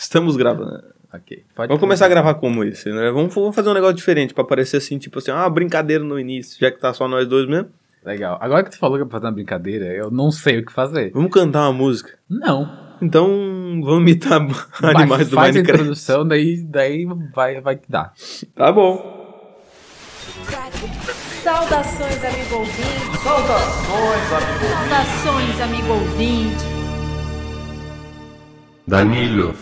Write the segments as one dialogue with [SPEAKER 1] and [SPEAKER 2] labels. [SPEAKER 1] Estamos gravando.
[SPEAKER 2] Ok.
[SPEAKER 1] Vamos começar a gravar como esse, né? Vamos, vamos fazer um negócio diferente pra parecer assim, tipo assim, ah, brincadeira no início, já que tá só nós dois mesmo.
[SPEAKER 2] Legal. Agora que tu falou que eu ia fazer uma brincadeira, eu não sei o que fazer.
[SPEAKER 1] Vamos cantar uma música.
[SPEAKER 2] Não.
[SPEAKER 1] Então, vamos imitar animais
[SPEAKER 2] Mas
[SPEAKER 1] do
[SPEAKER 2] faz a
[SPEAKER 1] Minecraft.
[SPEAKER 2] introdução, daí, daí vai, vai que dá.
[SPEAKER 1] Tá bom.
[SPEAKER 3] Saudações, amigo ouvinte. Saudações, amigo ouvinte.
[SPEAKER 4] Danilo,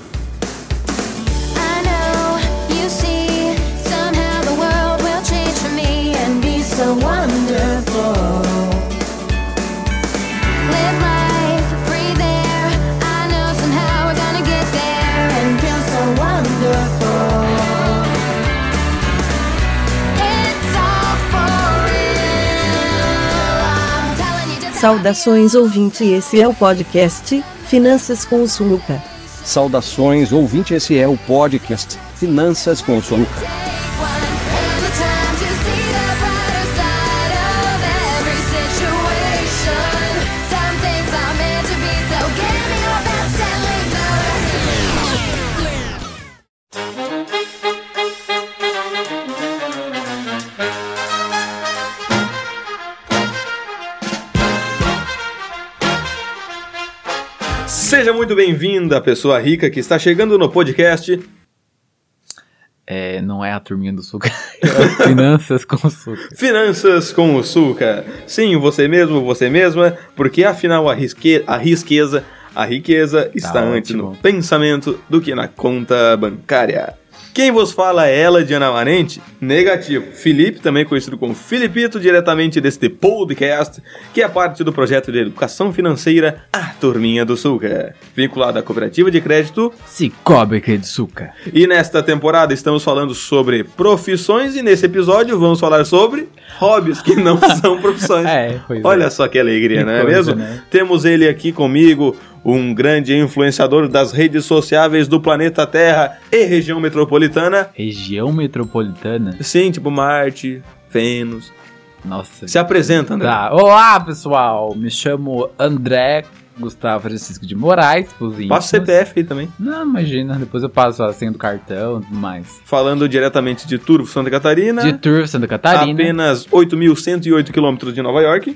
[SPEAKER 5] I know you see somehow the world will change for me and be so wonderful. Live life, breathe air. I know somehow we're gonna get there and feel so wonderful. It's all for real. I'm telling you just how I feel.
[SPEAKER 6] Saudações ouvinte, esse é o podcast Finanças com o Sunuca.
[SPEAKER 7] Saudações ouvinte, esse é o podcast Finanças com Sonuca.
[SPEAKER 5] Take one pill at a time to see the brighter side of every situation. Some things are meant to be, so give me your best and leave the rest.
[SPEAKER 1] Seja muito bem-vinda, pessoa rica que está chegando no podcast.
[SPEAKER 2] É, não é a turminha do suco. É Finanças com suco.
[SPEAKER 1] Finanças com o Suca. Sim, você mesmo, você mesma, porque afinal a, risque, a risqueza, a riqueza está antes
[SPEAKER 2] ótimo.
[SPEAKER 1] no pensamento do que na conta bancária. Quem vos fala é ela, Diana Marente? Negativo. Felipe, também conhecido como Filipito, diretamente deste podcast, que é parte do projeto de educação financeira A Turminha do Suca, vinculado à cooperativa de crédito
[SPEAKER 2] Se cobre, querido suca.
[SPEAKER 1] e nesta temporada estamos falando sobre profissões e nesse episódio vamos falar sobre hobbies que não são profissões.
[SPEAKER 2] É, pois é.
[SPEAKER 1] Olha só que alegria,
[SPEAKER 2] Que
[SPEAKER 1] não é mesmo?
[SPEAKER 2] coisa, né?
[SPEAKER 1] Temos ele aqui comigo, um grande influenciador das redes sociáveis do planeta Terra e região metropolitana.
[SPEAKER 2] Região metropolitana.
[SPEAKER 1] Sim, tipo Marte, Vênus.
[SPEAKER 2] Nossa.
[SPEAKER 1] Se apresenta, André.
[SPEAKER 2] Tá. Olá, pessoal. Me chamo André Gustavo Francisco de Moraes. Pros
[SPEAKER 1] Passa o
[SPEAKER 2] íntimos.
[SPEAKER 1] CPF aí também.
[SPEAKER 2] Não, imagina. Depois eu passo a senha do cartão e tudo mais.
[SPEAKER 1] Falando diretamente de Turvo, Santa Catarina.
[SPEAKER 2] De Turvo, Santa Catarina.
[SPEAKER 1] Né? Apenas 8.108 quilômetros de Nova York.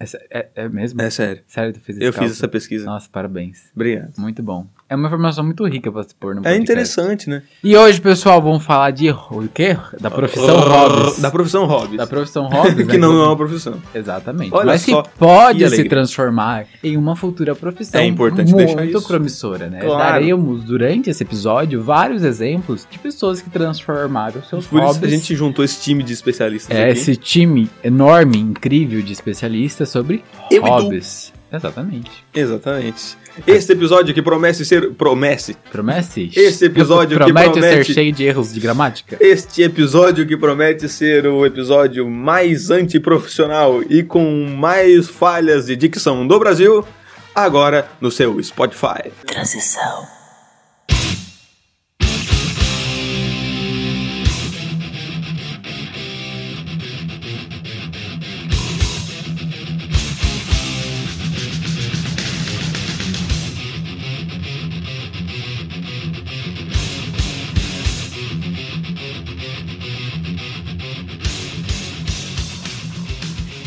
[SPEAKER 2] Essa- É, é mesmo?
[SPEAKER 1] É sério.
[SPEAKER 2] Sério, tu fez esse
[SPEAKER 1] Eu fiz
[SPEAKER 2] cálculo?
[SPEAKER 1] essa pesquisa.
[SPEAKER 2] Nossa, parabéns.
[SPEAKER 1] Obrigado.
[SPEAKER 2] Muito bom. É uma informação muito rica pra se pôr no
[SPEAKER 1] É
[SPEAKER 2] podcast.
[SPEAKER 1] interessante, né?
[SPEAKER 2] E hoje, pessoal, vamos falar de... O quê? Da profissão hobbies.
[SPEAKER 1] Ah, Da profissão hobbies.
[SPEAKER 2] Da profissão hobbies,
[SPEAKER 1] que
[SPEAKER 2] né?
[SPEAKER 1] não é uma profissão.
[SPEAKER 2] Exatamente.
[SPEAKER 1] Olha
[SPEAKER 2] Mas
[SPEAKER 1] só,
[SPEAKER 2] que
[SPEAKER 1] que
[SPEAKER 2] pode se
[SPEAKER 1] alegria.
[SPEAKER 2] transformar em uma futura profissão.
[SPEAKER 1] É importante
[SPEAKER 2] muito
[SPEAKER 1] deixar isso.
[SPEAKER 2] promissora, né?
[SPEAKER 1] Claro.
[SPEAKER 2] Daremos, durante esse episódio, vários exemplos de pessoas que transformaram seus
[SPEAKER 1] Por
[SPEAKER 2] Então, hobbies...
[SPEAKER 1] isso a gente juntou esse time de especialistas
[SPEAKER 2] É
[SPEAKER 1] aqui.
[SPEAKER 2] esse time enorme, incrível de especialistas sobre
[SPEAKER 1] Eu e tu.
[SPEAKER 2] hobbies. Exatamente.
[SPEAKER 1] Exatamente. Este episódio que promete ser. Promete.
[SPEAKER 2] Promesse?
[SPEAKER 1] Esse episódio que
[SPEAKER 2] promete ser
[SPEAKER 1] promete-
[SPEAKER 2] cheio de erros de gramática.
[SPEAKER 1] Este episódio que promete ser o episódio mais antiprofissional e com mais falhas de dicção do Brasil, agora no seu Spotify.
[SPEAKER 6] Transição.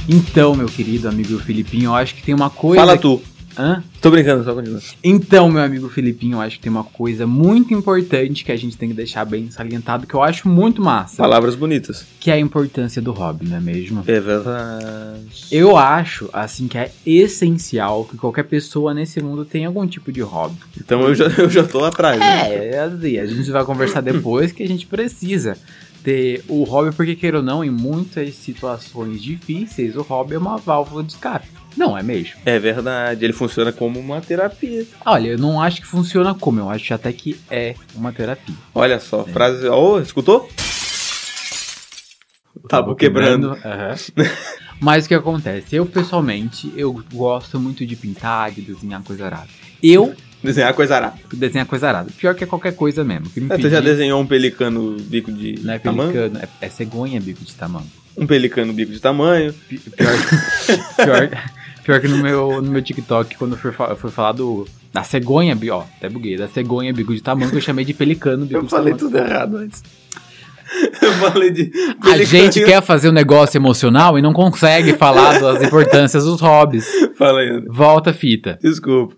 [SPEAKER 2] Então, meu querido amigo Filipinho, eu acho que tem uma coisa.
[SPEAKER 1] Fala tu.
[SPEAKER 2] Hã?
[SPEAKER 1] Tô brincando, só continua.
[SPEAKER 2] Então, meu amigo Filipinho, eu acho que tem uma coisa muito importante que a gente tem que deixar bem salientado, que eu acho muito massa,
[SPEAKER 1] Palavras bonitas.
[SPEAKER 2] que é a importância do hobby, não é mesmo?
[SPEAKER 1] É verdade.
[SPEAKER 2] Eu acho, assim, que é essencial que qualquer pessoa nesse mundo tenha algum tipo de hobby.
[SPEAKER 1] Então eu já, eu já tô atrás. né?
[SPEAKER 2] É, assim, a gente vai conversar depois que a gente precisa ter o hobby, porque queira ou não, em muitas situações difíceis, o hobby é uma válvula de escape. Não é mesmo?
[SPEAKER 1] É verdade. Ele funciona como uma terapia.
[SPEAKER 2] Olha, eu não acho que funciona como, eu acho até que é uma terapia.
[SPEAKER 1] Olha só, frase. Ô, escutou? Tava Ah, quebrando.
[SPEAKER 2] Aham. Mas o que acontece? Eu, pessoalmente, eu gosto muito de pintar, de desenhar coisa arada. Eu
[SPEAKER 1] Desenhar é coisa arada.
[SPEAKER 2] desenhar coisa arada. Pior que é qualquer coisa mesmo. Que me
[SPEAKER 1] É, tu já
[SPEAKER 2] pedir,
[SPEAKER 1] desenhou um pelicano bico de
[SPEAKER 2] Não é
[SPEAKER 1] tamanho?
[SPEAKER 2] pelicano, é, é cegonha, bico de tamanho.
[SPEAKER 1] Um pelicano bico de tamanho.
[SPEAKER 2] Pior, pior, pior que no meu, no meu TikTok, quando eu fui, fa- eu fui falar do Da cegonha, bi- ó, até buguei. Da cegonha, bico de tamanho, que eu chamei de pelicano, bico
[SPEAKER 1] Eu
[SPEAKER 2] de
[SPEAKER 1] falei tudo
[SPEAKER 2] tamanco.
[SPEAKER 1] errado antes. Eu falei de.
[SPEAKER 2] A gente quer fazer um negócio emocional e não consegue falar das importâncias dos hobbies.
[SPEAKER 1] Falei, André.
[SPEAKER 2] Volta a fita.
[SPEAKER 1] Desculpa.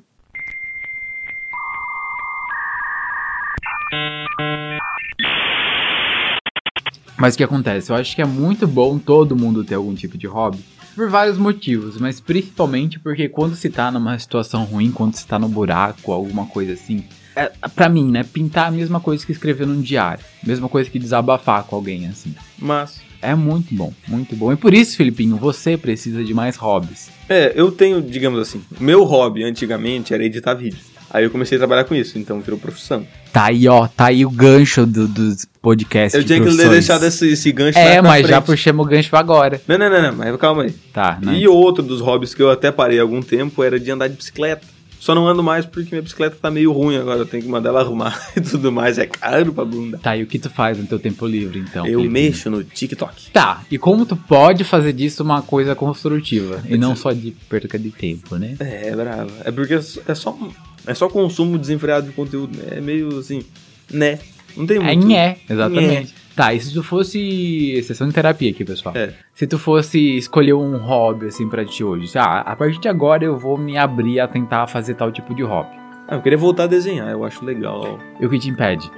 [SPEAKER 2] Mas o que acontece? Eu acho que é muito bom todo mundo ter algum tipo de hobby. Por vários motivos, mas principalmente porque quando se tá numa situação ruim, quando se tá no buraco, alguma coisa assim. É, pra mim, né? Pintar é a mesma coisa que escrever num diário. Mesma coisa que desabafar com alguém, assim.
[SPEAKER 1] Mas.
[SPEAKER 2] É muito bom, muito bom. E por isso, Filipinho, você precisa de mais hobbies.
[SPEAKER 1] É, eu tenho, digamos assim, o meu hobby antigamente era editar vídeo. Aí eu comecei a trabalhar com isso, então virou profissão.
[SPEAKER 2] Tá aí, ó, tá aí o gancho do, dos podcasts.
[SPEAKER 1] eu tinha que
[SPEAKER 2] profissões.
[SPEAKER 1] deixar esse, esse gancho mais
[SPEAKER 2] É,
[SPEAKER 1] pra
[SPEAKER 2] mas
[SPEAKER 1] frente.
[SPEAKER 2] já puxamos o gancho agora.
[SPEAKER 1] Não, não, não, não, mas calma aí.
[SPEAKER 2] Tá, né?
[SPEAKER 1] E outro dos hobbies que eu até parei há algum tempo era de andar de bicicleta. Só não ando mais porque minha bicicleta tá meio ruim agora, eu tenho que mandar ela arrumar e tudo mais. É caro pra bunda.
[SPEAKER 2] Tá, e o que tu faz no teu tempo livre, então?
[SPEAKER 1] eu
[SPEAKER 2] Felipe?
[SPEAKER 1] mexo no TikTok.
[SPEAKER 2] Tá, e como tu pode fazer disso uma coisa construtiva? e não só de perca de tempo, né?
[SPEAKER 1] É, brava. É porque é só, é só consumo desenfreado de conteúdo, né? É meio assim, né? Não tem
[SPEAKER 2] É
[SPEAKER 1] muito.
[SPEAKER 2] nhé, exatamente. Tá, e se tu fosse. Sessão de terapia aqui, pessoal.
[SPEAKER 1] É.
[SPEAKER 2] Se tu fosse escolher um hobby, assim, pra ti hoje, ah, a partir de agora eu vou me abrir a tentar fazer tal tipo de hobby.
[SPEAKER 1] Ah, eu queria voltar a desenhar, eu acho legal.
[SPEAKER 2] E o que te impede?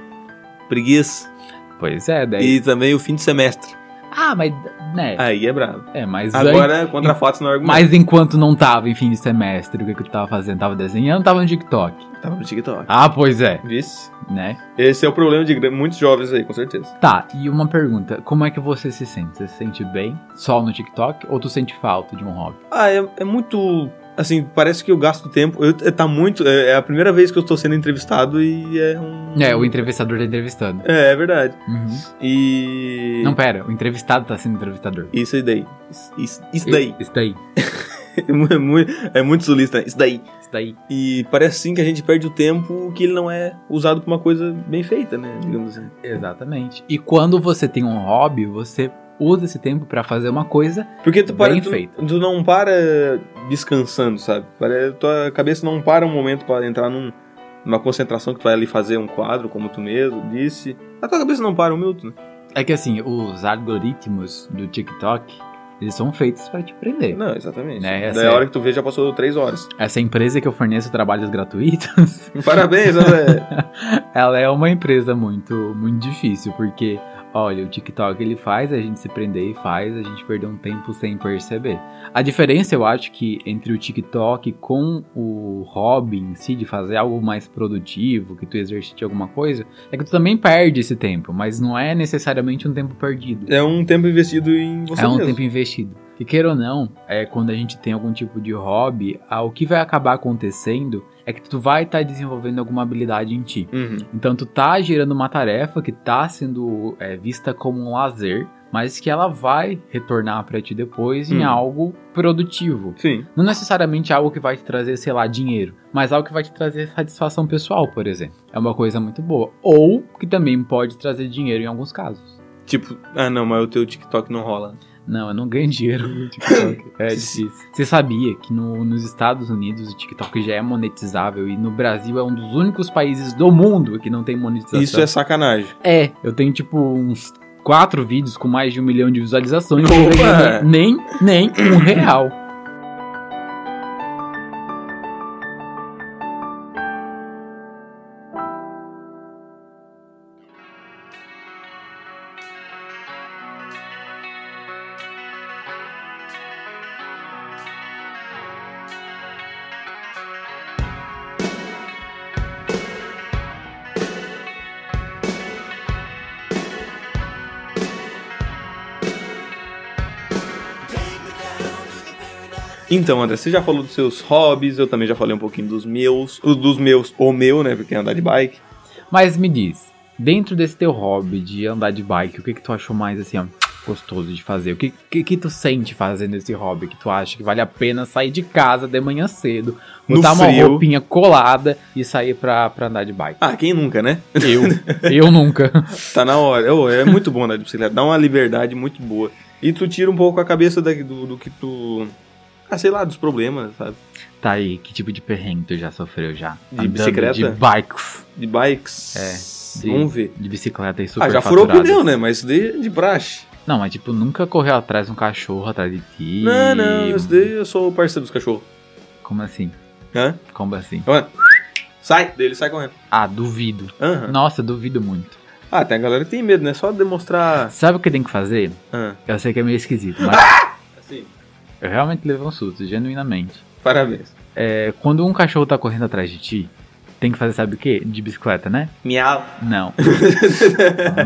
[SPEAKER 1] Preguiça.
[SPEAKER 2] Pois é, daí.
[SPEAKER 1] E também o fim de semestre.
[SPEAKER 2] Ah, mas. né?
[SPEAKER 1] Aí é bravo.
[SPEAKER 2] É, mas. antes-
[SPEAKER 1] Agora, contra fatos não é argumento.
[SPEAKER 2] Mas enquanto não tava em fim de semestre, o que, que tu tava fazendo? Tava desenhando, tava no TikTok.
[SPEAKER 1] Tava no TikTok.
[SPEAKER 2] Ah, pois é,
[SPEAKER 1] Vice.
[SPEAKER 2] né?
[SPEAKER 1] Esse é o problema de gran- muitos jovens aí, com certeza.
[SPEAKER 2] Tá, e uma pergunta, como é que você se sente? Você se sente bem só no TikTok ou tu sente falta de um hobby?
[SPEAKER 1] Ah, é, é muito. Assim, parece que eu gasto tempo. Eu, é, tá muito. É, é a primeira vez que eu estou sendo entrevistado e é um.
[SPEAKER 2] É, o entrevistador tá entrevistando.
[SPEAKER 1] É, é verdade.
[SPEAKER 2] Uhum.
[SPEAKER 1] E.
[SPEAKER 2] Não, pera, o entrevistado tá sendo entrevistador.
[SPEAKER 1] Isso é daí. Isso- Isso, isso daí.
[SPEAKER 2] Isso daí,
[SPEAKER 1] É mu- é muito, é muito sulista, né? isso daí.
[SPEAKER 2] isso daí.
[SPEAKER 1] E parece sim que a gente perde o tempo que ele não é usado pra uma coisa bem feita, né? Digamos assim.
[SPEAKER 2] Exatamente. E quando você tem um hobby, você usa esse tempo pra fazer uma coisa.
[SPEAKER 1] Porque tu,
[SPEAKER 2] Bem
[SPEAKER 1] para, tu,
[SPEAKER 2] feito.
[SPEAKER 1] tu não para descansando, sabe? Pare- tua cabeça não para um momento para entrar num- numa concentração que tu vai ali fazer um quadro, como tu mesmo disse. A tua cabeça não para um minuto, né?
[SPEAKER 2] É que assim, os algoritmos do TikTok, eles são feitos pra te prender.
[SPEAKER 1] Não, exatamente.
[SPEAKER 2] Né, essa
[SPEAKER 1] Daí a
[SPEAKER 2] é-
[SPEAKER 1] hora que tu vê já passou três horas.
[SPEAKER 2] Essa empresa que oferece trabalhos gratuitos,
[SPEAKER 1] Parabéns, André!
[SPEAKER 2] Ela é uma empresa muito, muito difícil, porque, olha, o TikTok ele faz a gente se prender e faz a gente perder um tempo sem perceber. A diferença, eu acho que entre o TikTok com o hobby em si, de fazer algo mais produtivo, que tu exercite alguma coisa, é que tu também perde esse tempo, mas não é necessariamente um tempo perdido.
[SPEAKER 1] é um tempo investido em você
[SPEAKER 2] É um
[SPEAKER 1] mesmo.
[SPEAKER 2] tempo investido. E queira ou não, é, quando a gente tem algum tipo de hobby, ah, o que vai acabar acontecendo é que tu vai estar desenvolvendo alguma habilidade em ti.
[SPEAKER 1] Uhum.
[SPEAKER 2] Então tu tá gerando uma tarefa que tá sendo é, vista como um lazer, mas que ela vai retornar pra ti depois em
[SPEAKER 1] Hum.
[SPEAKER 2] algo produtivo.
[SPEAKER 1] Sim.
[SPEAKER 2] Não necessariamente algo que vai te trazer, sei lá, dinheiro, mas algo que vai te trazer satisfação pessoal, por exemplo. É uma coisa muito boa. Ou que também pode trazer dinheiro em alguns casos.
[SPEAKER 1] Tipo, ah não, mas o teu TikTok não rola.
[SPEAKER 2] Não, eu não ganho dinheiro no TikTok. É
[SPEAKER 1] Sim.
[SPEAKER 2] difícil. Você sabia que no- nos Estados Unidos o TikTok já é monetizável e no Brasil é um dos únicos países do mundo que não tem monetização.
[SPEAKER 1] Isso é sacanagem.
[SPEAKER 2] É, eu tenho tipo uns quatro vídeos com mais de um milhão de visualizações.
[SPEAKER 1] Opa!
[SPEAKER 2] que não ganhei Nem, nem um real.
[SPEAKER 1] Então, André, você já falou dos seus hobbies, eu também já falei um pouquinho dos meus. Os dos meus, o meu, né? Porque é andar de bike.
[SPEAKER 2] Mas me diz, dentro desse teu hobby de andar de bike, o que que tu achou mais assim, ó, gostoso de fazer? O que, que que tu sente fazendo esse hobby? Que tu acha que vale a pena sair de casa de manhã cedo,
[SPEAKER 1] No
[SPEAKER 2] botar uma
[SPEAKER 1] frio.
[SPEAKER 2] roupinha colada e sair pra, pra andar de bike?
[SPEAKER 1] Ah, quem nunca, né?
[SPEAKER 2] Eu, eu nunca.
[SPEAKER 1] Tá na hora. Ô, é muito bom andar de bicicleta. Dá uma liberdade muito boa. E tu tira um pouco a cabeça da- do, do que tu Ah, sei lá, dos problemas, sabe?
[SPEAKER 2] Tá aí, que tipo de perrengue tu já sofreu já?
[SPEAKER 1] De bicicleta?
[SPEAKER 2] De bikes.
[SPEAKER 1] De bikes.
[SPEAKER 2] É, de-
[SPEAKER 1] Vamos ver.
[SPEAKER 2] De bicicleta e super
[SPEAKER 1] Ah, já furou o
[SPEAKER 2] faturadas.
[SPEAKER 1] pneu, né? Mas isso daí é de praxe.
[SPEAKER 2] Não, mas tipo, nunca correu atrás de um cachorro atrás de ti.
[SPEAKER 1] Não, não, isso daí eu sou o parceiro dos cachorros.
[SPEAKER 2] Como assim?
[SPEAKER 1] Hã?
[SPEAKER 2] Como assim?
[SPEAKER 1] Ué, Sai, dele sai correndo.
[SPEAKER 2] Ah, duvido.
[SPEAKER 1] Aham.
[SPEAKER 2] Nossa, duvido muito.
[SPEAKER 1] Ah, tem a galera que tem medo, né? Só demonstrar.
[SPEAKER 2] Sabe o que tem que fazer?
[SPEAKER 1] Ah,
[SPEAKER 2] Eu sei que é meio esquisito, mas
[SPEAKER 1] assim.
[SPEAKER 2] eu realmente levei um susto, genuinamente.
[SPEAKER 1] Parabéns.
[SPEAKER 2] É, quando um cachorro tá correndo atrás de ti, tem que fazer sabe o quê? De bicicleta, né?
[SPEAKER 1] Miau.
[SPEAKER 2] Não.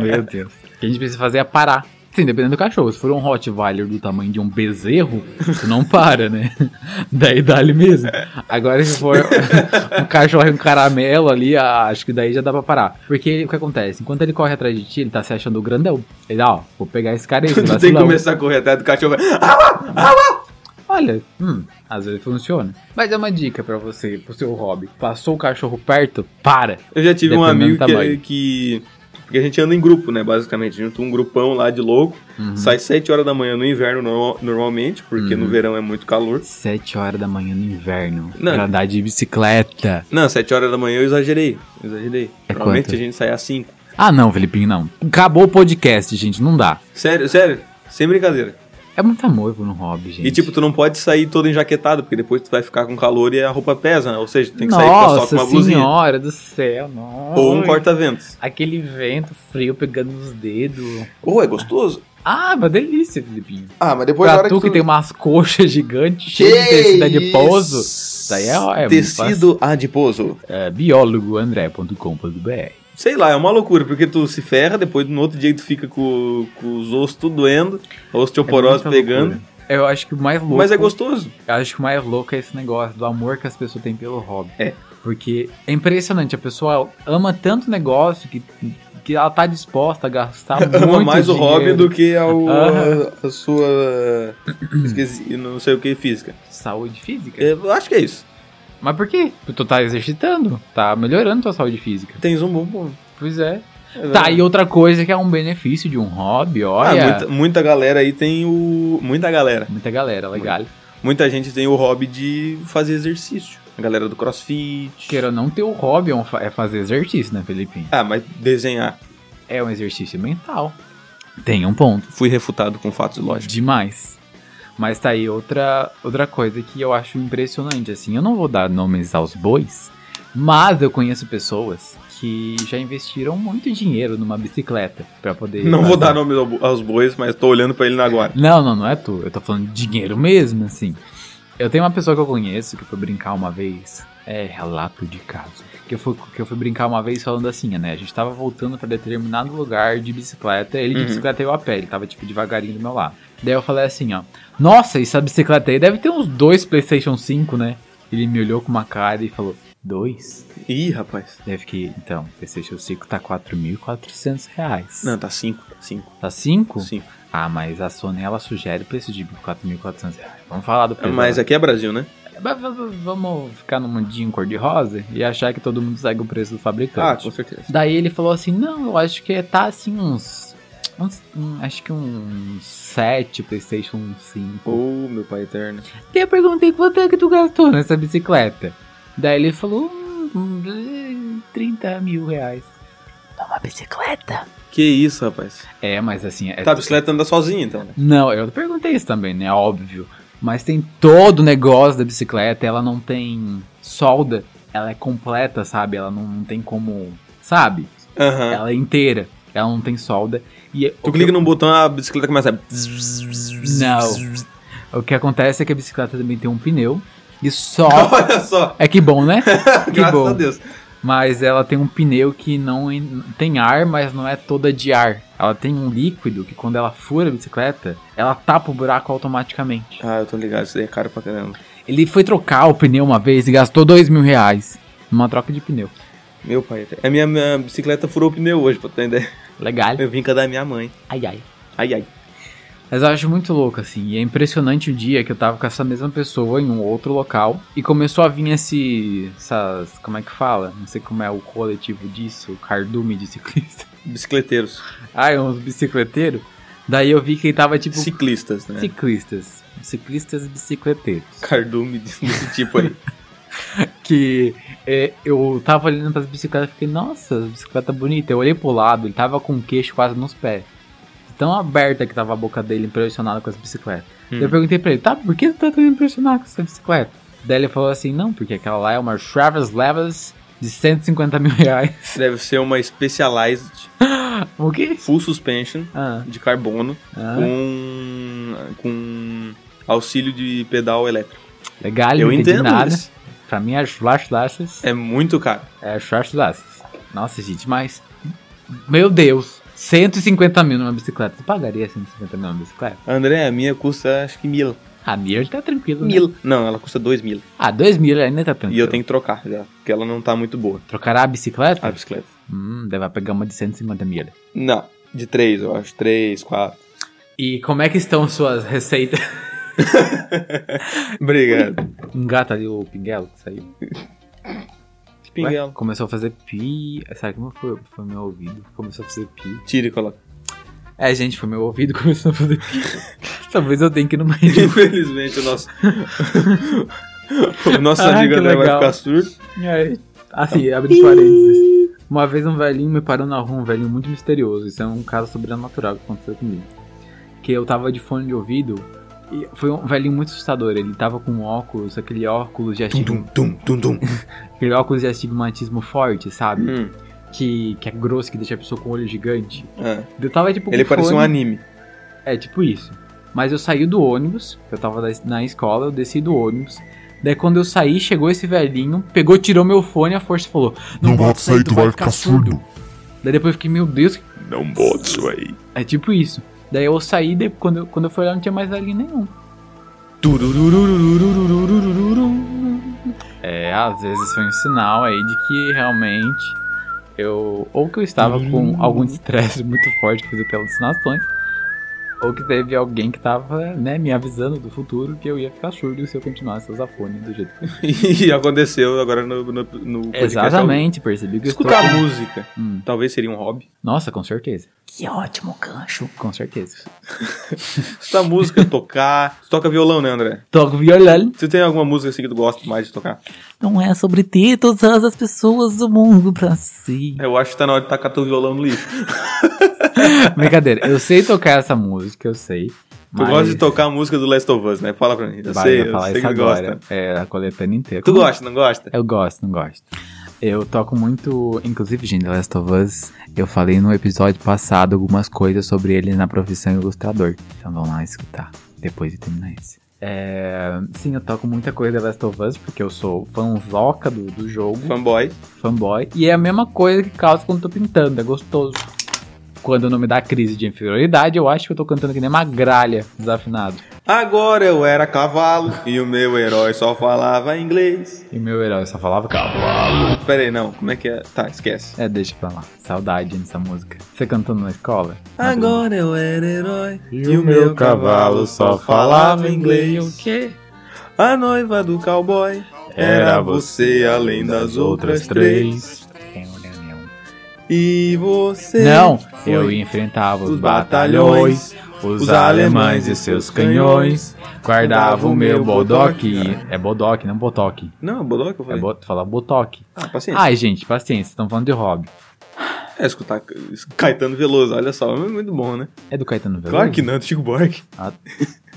[SPEAKER 2] Meu Deus. O que a gente precisa fazer é parar. Sim, dependendo do cachorro. Se for um Rottweiler do tamanho de um bezerro, tu não para, né? Daí dá-lhe mesmo. Agora, se for um cachorro e um caramelo ali, ah, acho que daí já dá pra parar. Porque o que acontece? Enquanto ele corre atrás de ti, ele tá se achando grandão. Ele, "Ah, ó, vou pegar esse cara aí, esse
[SPEAKER 1] Tu tem que
[SPEAKER 2] vacilão.
[SPEAKER 1] começar a correr atrás do cachorro. Ah,
[SPEAKER 2] Olha, hum, às vezes funciona. Mas é uma dica pra você, pro seu hobby. Passou o cachorro perto, para.
[SPEAKER 1] Eu já tive um
[SPEAKER 2] Dependendo
[SPEAKER 1] amigo
[SPEAKER 2] do
[SPEAKER 1] que,
[SPEAKER 2] tamanho.
[SPEAKER 1] que. Porque a gente anda em grupo, né? Basicamente. Junta um grupão lá de louco.
[SPEAKER 2] Uhum.
[SPEAKER 1] Sai 7 horas da manhã no inverno, no- normalmente, porque no verão é muito calor.
[SPEAKER 2] Sete horas da manhã no inverno.
[SPEAKER 1] Não.
[SPEAKER 2] Pra andar de bicicleta.
[SPEAKER 1] Não, 7 horas da manhã eu exagerei. Exagerei.
[SPEAKER 2] É
[SPEAKER 1] normalmente
[SPEAKER 2] quanto?
[SPEAKER 1] a gente sai às 5.
[SPEAKER 2] Ah, não, Felipinho, não. Acabou o podcast, gente, não dá.
[SPEAKER 1] Sério, sério. Sem brincadeira.
[SPEAKER 2] É muito amor por um hobby, gente.
[SPEAKER 1] E tipo, tu não pode sair todo enjaquetado, porque depois tu vai ficar com calor e a roupa pesa, né? Ou seja, tu tem que sair com- só
[SPEAKER 2] nossa
[SPEAKER 1] com uma blusinha.
[SPEAKER 2] senhora do céu, nossa.
[SPEAKER 1] Ou um corta-ventos.
[SPEAKER 2] Aquele vento frio pegando nos dedos.
[SPEAKER 1] Ou é gostoso?
[SPEAKER 2] Ah, uma delícia, Felipinho.
[SPEAKER 1] Ah, mas depois
[SPEAKER 2] Pra tu que, tem umas coxas gigantes cheias de tecido adiposo. Isso aí é, é
[SPEAKER 1] Tecido adiposo.
[SPEAKER 2] É, biólogoandré.com.br
[SPEAKER 1] Sei lá, é uma loucura, porque tu se ferra, depois no outro dia tu fica com, com os ossos tudo doendo, a osteoporose
[SPEAKER 2] É muita
[SPEAKER 1] pegando.
[SPEAKER 2] loucura. Eu acho que o mais louco.
[SPEAKER 1] Mas é gostoso.
[SPEAKER 2] Eu acho que o mais louco é esse negócio do amor que as pessoas têm pelo hobby.
[SPEAKER 1] É.
[SPEAKER 2] Porque é impressionante, a pessoa ama tanto o negócio que, que ela tá disposta a gastar muito
[SPEAKER 1] Ama mais o
[SPEAKER 2] dinheiro.
[SPEAKER 1] hobby do que ao-
[SPEAKER 2] Aham.
[SPEAKER 1] a, a sua. Esqueci, não sei o que, física.
[SPEAKER 2] Saúde física.
[SPEAKER 1] Eu acho que é isso.
[SPEAKER 2] Mas por quê? Porque Tu tá exercitando, tá melhorando tua saúde física.
[SPEAKER 1] Tens um bom ponto.
[SPEAKER 2] Pois é. Tá, e outra coisa que é um benefício de um hobby,
[SPEAKER 1] Ah,
[SPEAKER 2] olha.
[SPEAKER 1] muita, muita galera aí tem o. Muita galera.
[SPEAKER 2] Muita galera, legal.
[SPEAKER 1] Muita gente tem o hobby de fazer exercício. A galera do crossfit.
[SPEAKER 2] Queira ou não ter o hobby é um fa- é fazer exercício, né, Felipinho?
[SPEAKER 1] Ah, mas desenhar.
[SPEAKER 2] É um exercício mental. Tem um ponto.
[SPEAKER 1] Fui refutado com fatos lógicos.
[SPEAKER 2] Demais. Mas tá aí outra, outra coisa que eu acho impressionante, assim. Eu não vou dar nomes aos bois, mas eu conheço pessoas que já investiram muito dinheiro numa bicicleta pra poder.
[SPEAKER 1] Não vou
[SPEAKER 2] fazer.
[SPEAKER 1] dar nome ao- aos bois, mas tô olhando pra ele agora.
[SPEAKER 2] Não, não, não é tu. Eu tô falando de dinheiro mesmo, assim. Eu tenho uma pessoa que eu conheço que foi brincar uma vez. É, relato de caso. Que eu fui, que eu fui brincar uma vez falando assim, né? A gente tava voltando pra determinado lugar de bicicleta. Ele de
[SPEAKER 1] Uhum.
[SPEAKER 2] bicicleta e eu a pé. Ele tava, tipo, devagarinho do meu lado. Daí eu falei assim, ó. Nossa, essa bicicleta aí deve ter uns dois PlayStation 5, né? Ele me olhou com uma cara e falou: Dois?
[SPEAKER 1] Ih, rapaz.
[SPEAKER 2] Daí eu fiquei, então, PlayStation 5 tá 4.400 reais.
[SPEAKER 1] Não, tá cinco. Cinco.
[SPEAKER 2] Tá 5?
[SPEAKER 1] Cinco.
[SPEAKER 2] Ah, mas a Sony ela sugere preço de 4.400 reais. Vamos falar do preço.
[SPEAKER 1] Mas
[SPEAKER 2] né?
[SPEAKER 1] aqui é Brasil, né?
[SPEAKER 2] Mas v- v- Vamos ficar num mundinho cor-de-rosa e achar que todo mundo segue o preço do
[SPEAKER 1] Ah,
[SPEAKER 2] fabricante.
[SPEAKER 1] com certeza.
[SPEAKER 2] Daí ele falou assim: não, eu acho que tá assim uns. uns- um, acho que uns 7 PlayStation 5.
[SPEAKER 1] Ô, meu pai eterno.
[SPEAKER 2] Daí eu perguntei quanto é que tu gastou nessa bicicleta. Daí ele falou: hum, 30 mil reais. Numa bicicleta?
[SPEAKER 1] Que isso, rapaz.
[SPEAKER 2] É, mas assim. É
[SPEAKER 1] Tá, a bicicleta anda sozinha, então, né?
[SPEAKER 2] Não, eu perguntei isso também, né? Óbvio. Mas tem todo o negócio da bicicleta, ela não tem solda, ela é completa, sabe? Ela não, não tem como. Sabe?
[SPEAKER 1] Aham.
[SPEAKER 2] Ela é inteira, ela não tem solda. E é,
[SPEAKER 1] Tu clica num botão, a bicicleta começa a...
[SPEAKER 2] Não. O que acontece é que a bicicleta também tem um pneu. E só.
[SPEAKER 1] Olha só.
[SPEAKER 2] é que bom, né? que
[SPEAKER 1] Graças
[SPEAKER 2] bom.
[SPEAKER 1] a Deus.
[SPEAKER 2] Mas ela tem um pneu que não en- tem ar, mas não é toda de ar. Ela tem um líquido que quando ela fura a bicicleta, ela tapa o buraco automaticamente.
[SPEAKER 1] Ah, eu tô ligado. Isso daí é caro pra caramba.
[SPEAKER 2] Ele foi trocar o pneu uma vez e gastou dois mil reais numa troca de pneu.
[SPEAKER 1] Meu pai eterno. A minha, minha bicicleta furou o pneu hoje, pra tu ter ideia.
[SPEAKER 2] Legal.
[SPEAKER 1] Eu vim com a da minha mãe.
[SPEAKER 2] Ai, ai.
[SPEAKER 1] Ai, ai.
[SPEAKER 2] Mas eu acho muito louco, assim. E é impressionante o dia que eu tava com essa mesma pessoa em um outro local e começou a vir esse. Essas. Como é que fala? Não sei como é o coletivo disso, o cardume de ciclista.
[SPEAKER 1] Bicicleteiros.
[SPEAKER 2] Ai, uns bicicleteiros. Daí eu vi que ele tava tipo.
[SPEAKER 1] Ciclistas, né?
[SPEAKER 2] Ciclistas. Ciclistas bicicleteiros.
[SPEAKER 1] Cardume desse tipo aí.
[SPEAKER 2] Que é, eu tava olhando pras bicicletas e fiquei, nossa, as bicicleta é bonita. Eu olhei pro lado, ele tava com o queixo quase nos pés. Tão aberta que tava a boca dele, impressionado com as bicicletas.
[SPEAKER 1] Hum.
[SPEAKER 2] Eu perguntei pra ele, tá, por que tu tá tão impressionado com essa bicicleta? Daí ele falou assim, não, porque aquela lá é uma Travis Levels de 150 mil reais.
[SPEAKER 1] Deve ser uma Specialized
[SPEAKER 2] o que?
[SPEAKER 1] Full Suspension
[SPEAKER 2] Ah,
[SPEAKER 1] de carbono
[SPEAKER 2] ah,
[SPEAKER 1] com, com auxílio de pedal elétrico.
[SPEAKER 2] legal,
[SPEAKER 1] Eu
[SPEAKER 2] é não entendi
[SPEAKER 1] entendo
[SPEAKER 2] nada.
[SPEAKER 1] isso.
[SPEAKER 2] Pra mim, as Flash Lashes
[SPEAKER 1] É muito caro.
[SPEAKER 2] é Travis Levels. Nossa, gente, mas... Meu Deus, 150 mil numa bicicleta. Tu pagaria 150 mil numa bicicleta?
[SPEAKER 1] André, a minha custa acho que mil.
[SPEAKER 2] A Mir tá tranquilo. né?
[SPEAKER 1] Mil. Não, ela custa dois mil.
[SPEAKER 2] Ah, 2 mil ainda tá tranquilo.
[SPEAKER 1] E eu tenho que trocar já, porque ela não tá muito boa,
[SPEAKER 2] Trocará a bicicleta?
[SPEAKER 1] a bicicleta.
[SPEAKER 2] Hum, daí vai pegar uma de 150 mil.
[SPEAKER 1] Não, de três, eu acho. Três, quatro.
[SPEAKER 2] E como é que estão suas receitas?
[SPEAKER 1] Obrigado.
[SPEAKER 2] Engata Um ali o pinguelo que saiu. Ué,
[SPEAKER 1] Pinguelo.
[SPEAKER 2] começou a fazer pi. É, Sabe como foi, foi meu ouvido? Começou a fazer pi.
[SPEAKER 1] Tira e coloca.
[SPEAKER 2] É, gente, foi meu ouvido que começou a fazer pi. Talvez eu tenha que ir numa
[SPEAKER 1] Infelizmente, o nosso. o nosso
[SPEAKER 2] Ah,
[SPEAKER 1] amigo
[SPEAKER 2] que
[SPEAKER 1] André vai
[SPEAKER 2] legal.
[SPEAKER 1] ficar surdo.
[SPEAKER 2] É, Assim,
[SPEAKER 1] Então,
[SPEAKER 2] abre parênteses. Uma vez um velhinho me parou na rua, um velhinho muito misterioso. Isso é um caso sobrenatural que aconteceu comigo. Que eu tava de fone de ouvido e foi um velhinho muito assustador. Ele tava com um óculos, aquele óculos de astigma-
[SPEAKER 1] tum, tum, tum.
[SPEAKER 2] aquele óculos de astigmatismo forte, sabe?
[SPEAKER 1] Hum,
[SPEAKER 2] Que, que é grosso, que deixa a pessoa com o olho gigante.
[SPEAKER 1] é.
[SPEAKER 2] Eu tava tipo. com
[SPEAKER 1] Ele parecia um
[SPEAKER 2] fone-
[SPEAKER 1] anime.
[SPEAKER 2] é, tipo isso. Mas eu saí do ônibus, eu tava da- na escola, eu desci do ônibus. Daí quando eu saí, chegou esse velhinho, pegou, tirou meu fone e a força falou: Não, bota isso aí, tu vai ficar surdo. Daí depois eu fiquei, meu Deus, que-
[SPEAKER 1] Não bota isso aí.
[SPEAKER 2] é tipo isso. Daí eu saí, daí quando, eu, quando eu fui olhar, não tinha mais velhinho nenhum. É, às vezes foi um sinal aí de que realmente eu. Ou que eu estava com algum estresse muito forte que fazia pelas alucinações, ou que teve alguém que estava, né, me avisando do futuro que eu ia ficar surdo se eu continuasse a usar fone do jeito que
[SPEAKER 1] E aconteceu agora no, no, no podcast.
[SPEAKER 2] É,
[SPEAKER 1] é
[SPEAKER 2] Exatamente, percebi que eu estou
[SPEAKER 1] Escutar
[SPEAKER 2] com-
[SPEAKER 1] música
[SPEAKER 2] Hum.
[SPEAKER 1] talvez seria um hobby.
[SPEAKER 2] Nossa, com certeza. Que ótimo gancho. Com certeza.
[SPEAKER 1] Escutar música, tocar. Tu toca violão, né, André?
[SPEAKER 2] Toco violão.
[SPEAKER 1] Você tem alguma música assim que tu gosta mais de tocar?
[SPEAKER 2] Não é sobre ti, todas as pessoas do mundo pra si.
[SPEAKER 1] Eu acho que tá na hora de tacar teu violão no lixo.
[SPEAKER 2] Brincadeira, eu sei tocar essa música, eu sei.
[SPEAKER 1] Tu gosta de tocar a música do Last of Us, né? Fala pra mim. Eu
[SPEAKER 2] Vai,
[SPEAKER 1] sei,
[SPEAKER 2] vai
[SPEAKER 1] eu
[SPEAKER 2] falar
[SPEAKER 1] sei
[SPEAKER 2] isso
[SPEAKER 1] que tu
[SPEAKER 2] agora.
[SPEAKER 1] gosta.
[SPEAKER 2] É, a coletânea inteira.
[SPEAKER 1] Tu
[SPEAKER 2] Como-
[SPEAKER 1] gosta, não gosta?
[SPEAKER 2] Eu gosto, não gosto. Eu toco muito, inclusive, gente, The Last of Us. Eu falei no episódio passado algumas coisas sobre ele na profissão ilustrador. Então vão lá escutar, depois de terminar esse. É, sim, eu toco muita coisa The Last of Us, porque eu sou fanzoca do, do jogo,
[SPEAKER 1] Fanboy.
[SPEAKER 2] fanboy. E é a mesma coisa que causa quando eu tô pintando, é gostoso. Quando não me dá crise de inferioridade, eu acho que eu tô cantando que nem uma gralha desafinado.
[SPEAKER 1] Agora eu era cavalo e o meu herói só falava inglês.
[SPEAKER 2] E meu herói só falava cavalo.
[SPEAKER 1] Pera aí, não. Como é que é? Tá, esquece.
[SPEAKER 2] É, deixa pra lá. Saudade dessa música. Você cantando na escola?
[SPEAKER 1] Agora eu era herói e o meu cavalo só falava inglês.
[SPEAKER 2] quê?
[SPEAKER 1] A noiva do cowboy era você além das outras três.
[SPEAKER 2] um,
[SPEAKER 1] E você
[SPEAKER 2] Não,
[SPEAKER 1] foi
[SPEAKER 2] eu enfrentava É, os
[SPEAKER 1] dos
[SPEAKER 2] batalhões, os alemães e seus canhões, guardava o meu bodoque.
[SPEAKER 1] Cara.
[SPEAKER 2] É bodoque, não botoque.
[SPEAKER 1] Não, bolou que eu
[SPEAKER 2] É
[SPEAKER 1] falei.
[SPEAKER 2] bo falar botoque.
[SPEAKER 1] Ah, paciência.
[SPEAKER 2] Ai, gente, paciência, estão falando de hobby.
[SPEAKER 1] É escutar Caetano Veloso, olha só, é muito bom, né?
[SPEAKER 2] É do Caetano Veloso?
[SPEAKER 1] Claro que não, do Chico Buarque.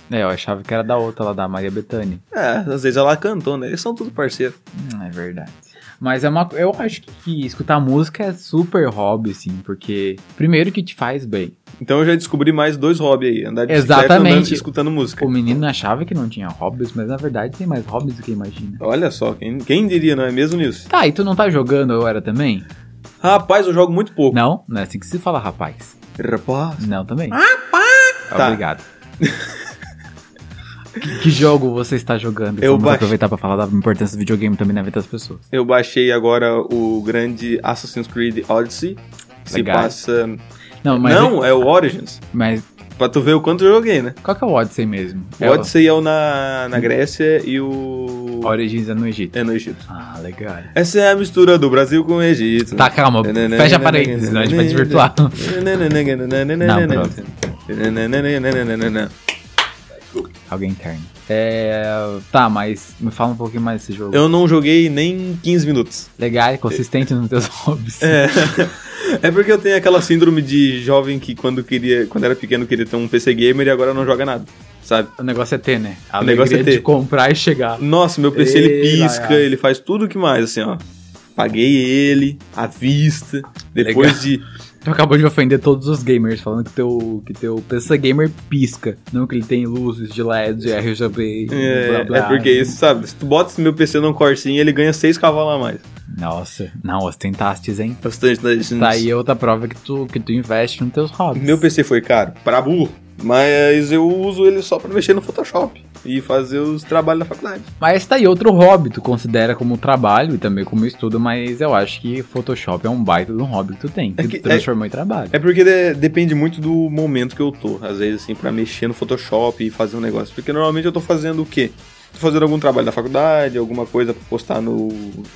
[SPEAKER 2] É, eu achava que era da outra lá, da Maria Bethânia.
[SPEAKER 1] É, às vezes ela cantou, né? Eles são tudo parceiro.
[SPEAKER 2] Hum, é verdade. Mas é uma, eu acho que, que escutar música é super hobby, assim, porque primeiro que te faz bem.
[SPEAKER 1] Então eu já descobri mais dois hobbies aí, andar de bicicleta
[SPEAKER 2] Exatamente.
[SPEAKER 1] andando e escutando música.
[SPEAKER 2] Tipo, O menino achava que não tinha hobbies, mas na verdade tem mais hobbies do que imagina.
[SPEAKER 1] Olha só, quem, quem diria, não é mesmo, Nilson?
[SPEAKER 2] Tá, e tu não tá jogando eu era também?
[SPEAKER 1] Rapaz, eu jogo muito pouco.
[SPEAKER 2] Não, não é assim que se fala, rapaz.
[SPEAKER 1] Rapaz.
[SPEAKER 2] Não também.
[SPEAKER 1] Tá.
[SPEAKER 2] Obrigado. que, que jogo você está jogando?
[SPEAKER 1] Eu
[SPEAKER 2] Vamos
[SPEAKER 1] baixo-
[SPEAKER 2] aproveitar pra falar da importância do videogame também na vida das pessoas.
[SPEAKER 1] Eu baixei agora o grande Assassin's Creed Odyssey. Se
[SPEAKER 2] Legal.
[SPEAKER 1] passa.
[SPEAKER 2] Não, mas,
[SPEAKER 1] não, é o Origins.
[SPEAKER 2] mas
[SPEAKER 1] Pra tu ver o quanto eu joguei, né?
[SPEAKER 2] qual que é o Odyssey mesmo?
[SPEAKER 1] O
[SPEAKER 2] É
[SPEAKER 1] Odyssey é o na, na Grécia e o.
[SPEAKER 2] Origins é no Egito.
[SPEAKER 1] É no Egito.
[SPEAKER 2] Ah, legal.
[SPEAKER 1] Essa é a mistura do Brasil com o Egito.
[SPEAKER 2] Tá, calma. Fecha a parede, senão a gente vai desvirtuar. Não, pronto. Alguém interno. É. Tá, mas me fala um pouquinho mais desse jogo.
[SPEAKER 1] Eu não joguei nem 15 minutos.
[SPEAKER 2] Legal, consistente nos teus hobbies.
[SPEAKER 1] É. é porque eu tenho aquela síndrome de jovem que quando queria, quando era pequeno queria ter um PC gamer e agora não joga nada, sabe?
[SPEAKER 2] O negócio é ter, né? A
[SPEAKER 1] O negócio é
[SPEAKER 2] alegria
[SPEAKER 1] ter.
[SPEAKER 2] de comprar e chegar.
[SPEAKER 1] Nossa, meu PC ele
[SPEAKER 2] Ei,
[SPEAKER 1] pisca,
[SPEAKER 2] Laia.
[SPEAKER 1] ele faz tudo o que mais, assim, ó. Paguei ele, à vista, depois de.
[SPEAKER 2] Tu acabou de ofender todos os gamers, falando que teu, que teu PC gamer pisca. Não que ele tem luzes de LED, RGB,
[SPEAKER 1] É,
[SPEAKER 2] blá blá. né?
[SPEAKER 1] é porque isso, sabe? Se tu bota esse meu PC num Corsinha, ele ganha 6 cavalos a mais.
[SPEAKER 2] Nossa, não, ostentastes, hein?
[SPEAKER 1] Bastante, né? gente?
[SPEAKER 2] Tá aí outra prova que tu, que tu investe nos teus hobbies.
[SPEAKER 1] Meu PC foi caro, pra burro. Mas eu uso ele só pra mexer no Photoshop e fazer os trabalhos da faculdade.
[SPEAKER 2] Mas tá aí outro hobby, tu considera como trabalho e também como estudo, mas eu acho que Photoshop é um baita de um hobby que tu tem, que,
[SPEAKER 1] É
[SPEAKER 2] tu
[SPEAKER 1] que-
[SPEAKER 2] transformou em trabalho.
[SPEAKER 1] É porque de- depende muito do momento que eu tô, às vezes, assim, pra mexer no Photoshop e fazer um negócio. Porque normalmente eu tô fazendo o quê? Tô fazendo algum trabalho da faculdade, alguma coisa pra postar no,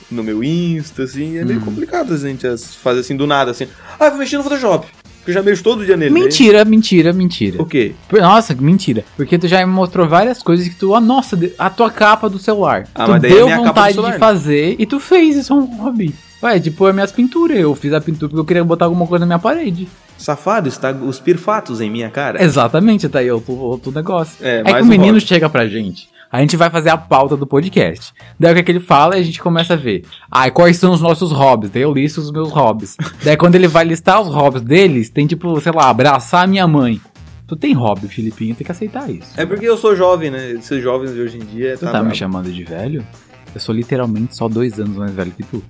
[SPEAKER 1] no meu Insta, assim. É meio
[SPEAKER 2] Hum.
[SPEAKER 1] complicado a gente as- fazer assim do nada, assim. Ah, vou mexer no Photoshop. Porque eu já mexo todo dia nele. né?
[SPEAKER 2] Mentira, mentira, mentira.
[SPEAKER 1] O quê?
[SPEAKER 2] Por- Nossa, mentira. Porque tu já me mostrou várias coisas que tu. Ah, nossa, de- a tua capa do celular.
[SPEAKER 1] Ah,
[SPEAKER 2] tu
[SPEAKER 1] mas daí é
[SPEAKER 2] deu
[SPEAKER 1] minha capa do
[SPEAKER 2] vontade
[SPEAKER 1] celular,
[SPEAKER 2] de
[SPEAKER 1] né?
[SPEAKER 2] fazer e tu fez isso é um hobby. Ué, tipo, é minhas pinturas. Eu fiz a pintura porque eu queria botar alguma coisa na minha parede.
[SPEAKER 1] Safado está os pirfatos em minha cara.
[SPEAKER 2] Exatamente, tá aí outro, outro negócio.
[SPEAKER 1] É,
[SPEAKER 2] É,
[SPEAKER 1] mais
[SPEAKER 2] que
[SPEAKER 1] um
[SPEAKER 2] o menino
[SPEAKER 1] hobby.
[SPEAKER 2] chega pra gente. A gente vai fazer a pauta do podcast. Daí o que, é que ele fala e a gente começa a ver. Ai, quais são os nossos hobbies? Daí eu listo os meus hobbies. Daí quando ele vai listar os hobbies deles, tem tipo, sei lá, abraçar a minha mãe. Tu tem hobby, Filipinho, tem que aceitar isso.
[SPEAKER 1] É porque eu sou jovem, né? Esses jovens de hoje em dia. é
[SPEAKER 2] Tu tá
[SPEAKER 1] brabo.
[SPEAKER 2] me chamando de velho? Eu sou literalmente só dois anos mais velho que tu.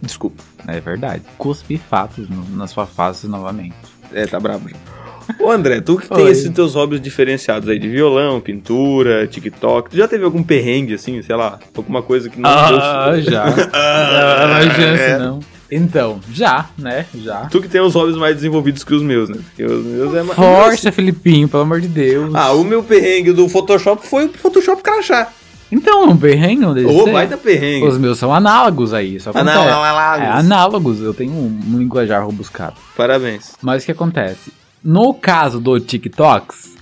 [SPEAKER 1] Desculpa.
[SPEAKER 2] É verdade. Cuspe fatos no- na sua face novamente.
[SPEAKER 1] É, tá brabo já. Ô André, tu que tem
[SPEAKER 2] Oi.
[SPEAKER 1] esses teus hobbies diferenciados aí de violão, pintura, TikTok, tu já teve algum perrengue assim, sei lá, alguma coisa que não
[SPEAKER 2] Ah,
[SPEAKER 1] deu- É.
[SPEAKER 2] já. Ah, não, chance, não. Então, já, né? Já.
[SPEAKER 1] Tu que tem os hobbies mais desenvolvidos que os meus, né? Porque os meus é mais.
[SPEAKER 2] Força, Filipinho, pelo amor de Deus.
[SPEAKER 1] Ah, o meu perrengue do Photoshop foi o Photoshop crachá.
[SPEAKER 2] Então, não perrengue não deixa
[SPEAKER 1] Ô,
[SPEAKER 2] ser.
[SPEAKER 1] vai da perrengue.
[SPEAKER 2] Os meus são análogos aí, só
[SPEAKER 1] Ah, não,
[SPEAKER 2] acontece.
[SPEAKER 1] não, não, não.
[SPEAKER 2] É, análogos, eu tenho um, um linguajar robuscado.
[SPEAKER 1] Parabéns.
[SPEAKER 2] Mas o que acontece? No caso do TikToks,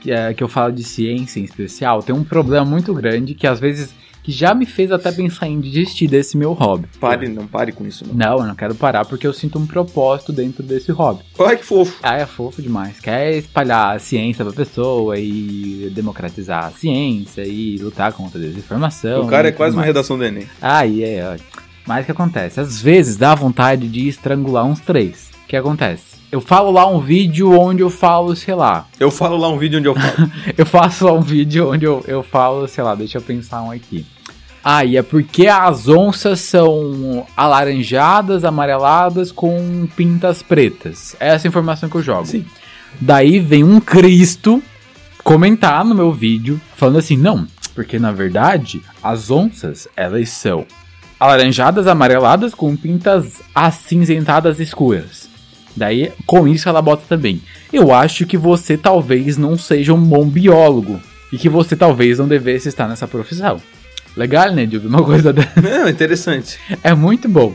[SPEAKER 2] que, é, que eu falo de ciência em especial, tem um problema muito grande que às vezes que já me fez até pensar em desistir desse meu hobby.
[SPEAKER 1] Pare, não pare com isso, não.
[SPEAKER 2] Não, eu não quero parar porque eu sinto um propósito dentro desse hobby.
[SPEAKER 1] Olha que fofo.
[SPEAKER 2] Ah, é fofo demais. Quer espalhar a ciência pra pessoa e democratizar a ciência e lutar contra a desinformação.
[SPEAKER 1] o cara
[SPEAKER 2] e
[SPEAKER 1] é
[SPEAKER 2] tudo
[SPEAKER 1] quase uma
[SPEAKER 2] mais.
[SPEAKER 1] redação do Enem.
[SPEAKER 2] Aí é, ó. Mas o que acontece? Às vezes dá vontade de estrangular uns três. O que acontece? Eu falo lá um vídeo onde eu falo, sei lá.
[SPEAKER 1] Eu falo lá um vídeo onde eu falo.
[SPEAKER 2] Eu faço lá um vídeo onde eu, eu falo, sei lá, deixa eu pensar um aqui. Ah, e é porque as onças são alaranjadas, amareladas com pintas pretas. Essa é a informação que eu jogo.
[SPEAKER 1] Sim.
[SPEAKER 2] Daí vem um Cristo comentar no meu vídeo, falando assim: não, porque na verdade as onças elas são alaranjadas, amareladas com pintas acinzentadas escuras. Daí, com isso, ela bota também. Eu acho que você talvez não seja um bom biólogo e que você talvez não devesse estar nessa profissão. Legal, né, Dildo? Uma coisa dessa.
[SPEAKER 1] não, interessante.
[SPEAKER 2] É muito bom.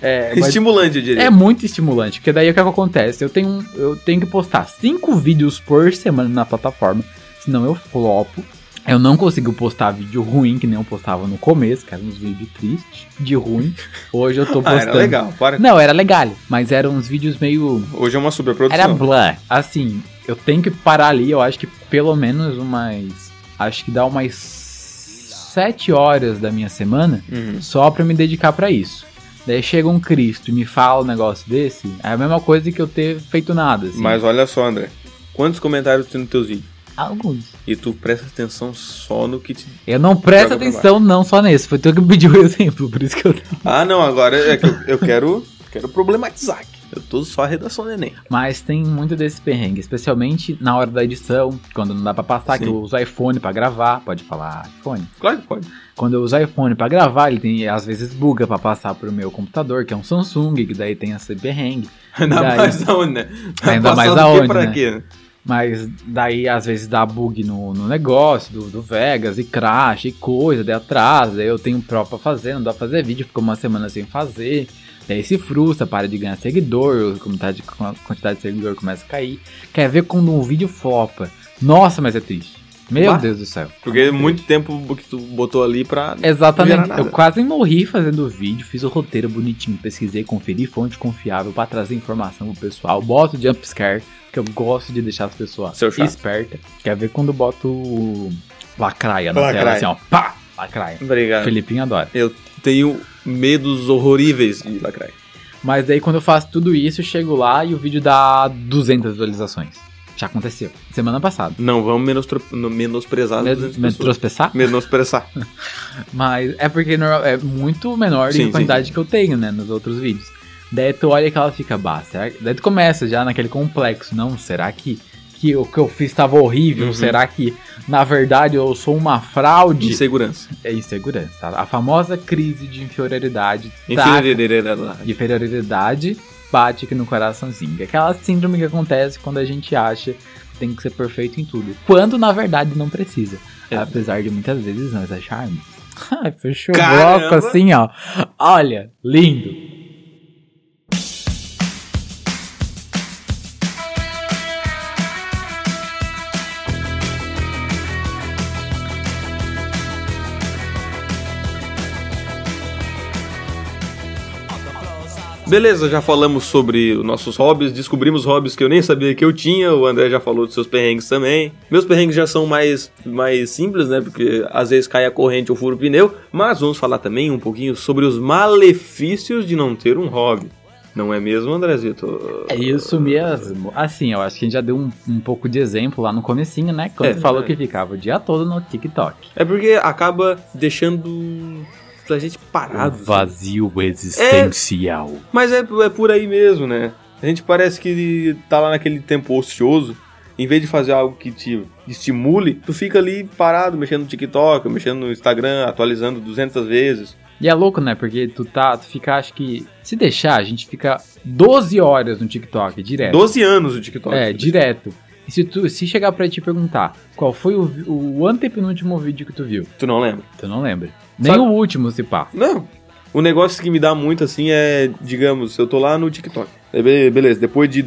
[SPEAKER 2] É, mas-
[SPEAKER 1] Estimulante, eu diria.
[SPEAKER 2] é muito estimulante, porque daí o que acontece? Eu tenho, um- eu tenho que postar cinco vídeos por semana na plataforma, senão eu flopo. Eu não consigo postar vídeo ruim, que nem eu postava no começo, que era uns vídeos tristes, de ruim. Hoje eu tô
[SPEAKER 1] ah,
[SPEAKER 2] postando.
[SPEAKER 1] era legal. Para.
[SPEAKER 2] Não, era legal, mas eram uns vídeos meio.
[SPEAKER 1] Hoje é uma
[SPEAKER 2] Era
[SPEAKER 1] superprodução.
[SPEAKER 2] blá. Assim, eu tenho que parar ali, eu acho que pelo menos umas. Acho que dá umas sete horas da minha semana
[SPEAKER 1] Uhum.
[SPEAKER 2] só pra me dedicar pra isso. Daí chega um Cristo e me fala um negócio desse, é a mesma coisa que eu ter feito nada, assim.
[SPEAKER 1] Mas olha só, André. Quantos comentários tem nos teus vídeos?
[SPEAKER 2] Alguns.
[SPEAKER 1] E tu presta atenção só no que te.
[SPEAKER 2] Eu não presto
[SPEAKER 1] Joga pra
[SPEAKER 2] atenção não só nesse, foi tu que me pediu o exemplo, por isso que eu...
[SPEAKER 1] Ah, não, agora é que eu, eu quero. Quero problematizar aqui. Eu tô só a redação do Enem.
[SPEAKER 2] Mas tem muito desse perrengue, especialmente na hora da edição, quando não dá pra passar,
[SPEAKER 1] Sim.
[SPEAKER 2] que eu uso iPhone pra gravar, pode falar iPhone.
[SPEAKER 1] Claro que pode.
[SPEAKER 2] Quando eu uso iPhone pra gravar, ele tem, às vezes buga pra passar pro meu computador, que é um Samsung, que daí tem esse perrengue.
[SPEAKER 1] Ainda
[SPEAKER 2] Daí-
[SPEAKER 1] mais aonde, né?
[SPEAKER 2] Ainda mais
[SPEAKER 1] Passando o quê
[SPEAKER 2] aonde,
[SPEAKER 1] pra
[SPEAKER 2] né?
[SPEAKER 1] quê, né?
[SPEAKER 2] Mas daí às vezes dá bug no, no negócio do, do Vegas e crash e coisa, daí atrasa, daí eu tenho prova pra fazer, não dá pra fazer vídeo, ficou uma semana sem fazer, daí se frustra, para de ganhar seguidor, a quantidade, a quantidade de seguidor começa a cair. Quer ver quando um vídeo flopa? Nossa, mas é triste. Meu
[SPEAKER 1] Bah.
[SPEAKER 2] Deus do céu.
[SPEAKER 1] Porque é muito tempo que tu botou ali pra. Não
[SPEAKER 2] Exatamente.
[SPEAKER 1] gera nada.
[SPEAKER 2] Eu quase morri fazendo o vídeo, fiz o roteiro bonitinho, pesquisei, conferi fonte confiável pra trazer informação pro pessoal. Boto jumpscare, que eu gosto de deixar as pessoas
[SPEAKER 1] Seu chato.
[SPEAKER 2] espertas. Quer ver quando eu boto lacraia na
[SPEAKER 1] Lacraia.
[SPEAKER 2] tela, assim, ó. Pá! Lacraia.
[SPEAKER 1] Obrigado.
[SPEAKER 2] Felipinho adora.
[SPEAKER 1] Eu tenho medos horroríveis de lacraia.
[SPEAKER 2] Mas daí quando eu faço tudo isso, eu chego lá e o vídeo dá 200 visualizações. Já aconteceu. Semana passada.
[SPEAKER 1] Não, vamos menospre... no- menosprezar as
[SPEAKER 2] Me-
[SPEAKER 1] 200
[SPEAKER 2] me
[SPEAKER 1] pessoas.
[SPEAKER 2] tropeçar?
[SPEAKER 1] Menosprezar.
[SPEAKER 2] Mas é porque normal- é muito menor do
[SPEAKER 1] Sim,
[SPEAKER 2] que a
[SPEAKER 1] sim,
[SPEAKER 2] quantidade que eu tenho, né? Nos outros vídeos. Daí tu olha que ela fica, bah, será que-" Daí tu começa já naquele complexo. Não, será que, que o que eu fiz estava horrível?
[SPEAKER 1] Uhum.
[SPEAKER 2] Será que, na verdade, eu sou uma fraude?
[SPEAKER 1] De segurança.
[SPEAKER 2] É insegurança. A famosa crise de inferioridade. tá
[SPEAKER 1] Inferioridade.
[SPEAKER 2] de inferioridade bate aqui no coraçãozinho. É Aquela síndrome que acontece quando a gente acha que tem que ser perfeito em tudo. Quando na verdade não precisa.
[SPEAKER 1] É.
[SPEAKER 2] Apesar de muitas vezes nós acharmos. Ai, fechou o
[SPEAKER 1] Caramba!
[SPEAKER 2] bloco assim, ó. Olha, lindo.
[SPEAKER 1] Beleza, já falamos sobre os nossos hobbies, descobrimos hobbies que eu nem sabia que eu tinha, o André já falou dos seus perrengues também. Meus perrengues já são mais, mais simples, né? Porque às vezes cai a corrente ou furo o pneu, mas vamos falar também um pouquinho sobre os malefícios de não ter um hobby. Não é mesmo, Andrezito?
[SPEAKER 2] É isso mesmo. Assim, eu acho que a gente já deu um, um pouco de exemplo lá no comecinho, né? Quando
[SPEAKER 1] É,
[SPEAKER 2] falou
[SPEAKER 1] é.
[SPEAKER 2] que ficava o dia todo no TikTok.
[SPEAKER 1] É porque acaba deixando a gente parado.
[SPEAKER 2] Um vazio
[SPEAKER 1] Ah, existencial. Mas é, é por aí mesmo, né? A gente parece que tá lá naquele tempo ocioso. Em vez de fazer algo que te estimule, tu fica ali parado, mexendo no TikTok, mexendo no Instagram, atualizando 200 vezes.
[SPEAKER 2] E é louco, né? Porque tu tá, tu fica, acho que. Se deixar, a gente fica 12 horas no TikTok, direto.
[SPEAKER 1] 12 anos o TikTok.
[SPEAKER 2] É, direto. E se, tu, se chegar pra te perguntar qual foi o, vi- o antepenúltimo vídeo que tu viu,
[SPEAKER 1] Tu não lembra?
[SPEAKER 2] tu não lembra. Nem
[SPEAKER 1] Sabe-
[SPEAKER 2] o último, se pá.
[SPEAKER 1] Não. O negócio que me dá muito assim é, digamos, eu tô lá no TikTok. É, be- Beleza, depois de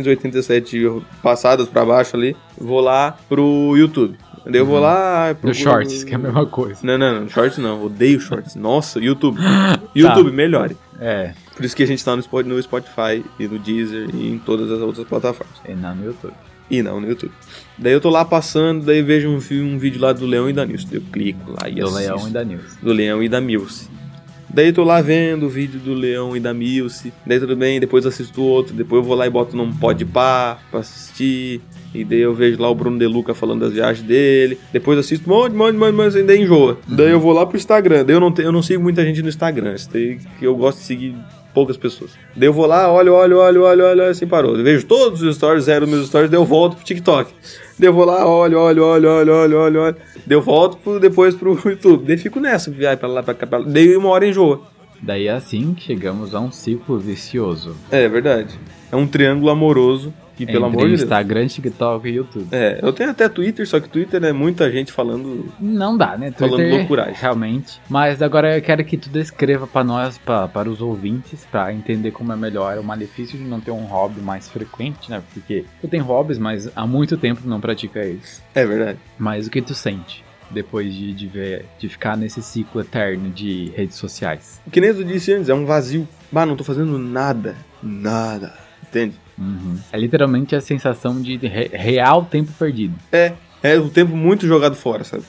[SPEAKER 1] 2.787 passadas pra baixo ali, vou lá pro YouTube. Daí eu vou lá. ah,
[SPEAKER 2] Uhum. No
[SPEAKER 1] procuro-
[SPEAKER 2] shorts, que é a mesma coisa.
[SPEAKER 1] Não, não, não, shorts não, odeio shorts. Nossa, YouTube.
[SPEAKER 2] Tá.
[SPEAKER 1] YouTube, melhore.
[SPEAKER 2] É,
[SPEAKER 1] Por isso que a gente tá no Spo- no Spotify e no Deezer e em todas as outras plataformas.
[SPEAKER 2] é não no YouTube.
[SPEAKER 1] E não no YouTube. Daí eu tô lá passando, daí vejo um, fi- um vídeo lá do Leão e da Nilce. Daí eu clico lá e
[SPEAKER 2] do
[SPEAKER 1] assisto.
[SPEAKER 2] Leão um e da News.
[SPEAKER 1] Do Leão e da Milce. Daí eu tô lá vendo o vídeo do Leão e da Milce. Daí tudo bem, depois eu assisto outro. Depois eu vou lá e boto num pod pá pra assistir. E daí eu vejo lá o Bruno De Luca falando das viagens dele. Depois eu assisto um monte, monte, monte, monte, e daí enjoa. Daí eu vou lá pro Instagram. Daí eu não, te- eu não sigo muita gente no Instagram. Isso daí que eu gosto de seguir poucas pessoas. Daí eu vou lá, olho, olho, olho, olho, olho, olho, assim parou. Eu vejo todos os stories, zero meus stories, daí eu volto pro TikTok. Daí eu vou lá, olho, olho, olho, olho, olho, olho, olho. Daí eu volto pro- depois pro YouTube. Daí fico nessa, vai pra lá, pra cá, pra lá. Daí uma hora enjoa.
[SPEAKER 2] Daí é assim que chegamos a um ciclo vicioso.
[SPEAKER 1] É, é verdade. É um triângulo amoroso que, pelo
[SPEAKER 2] entre
[SPEAKER 1] amor de Deus...
[SPEAKER 2] Instagram, TikTok e YouTube.
[SPEAKER 1] É, eu tenho até Twitter, só que Twitter é muita gente falando...
[SPEAKER 2] Não dá, né?
[SPEAKER 1] Falando
[SPEAKER 2] Twitter,
[SPEAKER 1] loucuragem.
[SPEAKER 2] Realmente. Mas agora eu quero que tu descreva pra nós, pra, para os ouvintes, pra entender como é melhor o malefício de não ter um hobby mais frequente, né? Porque tu tem hobbies, mas há muito tempo tu não pratica isso.
[SPEAKER 1] É verdade.
[SPEAKER 2] Mas o que tu sente depois de, de ver, de ficar nesse ciclo eterno de redes sociais?
[SPEAKER 1] O que nem eu disse antes, é um vazio. Bah, não tô fazendo nada. Nada. Entende?
[SPEAKER 2] Uhum. É literalmente a sensação de re- real tempo perdido.
[SPEAKER 1] É um tempo muito jogado fora, sabe?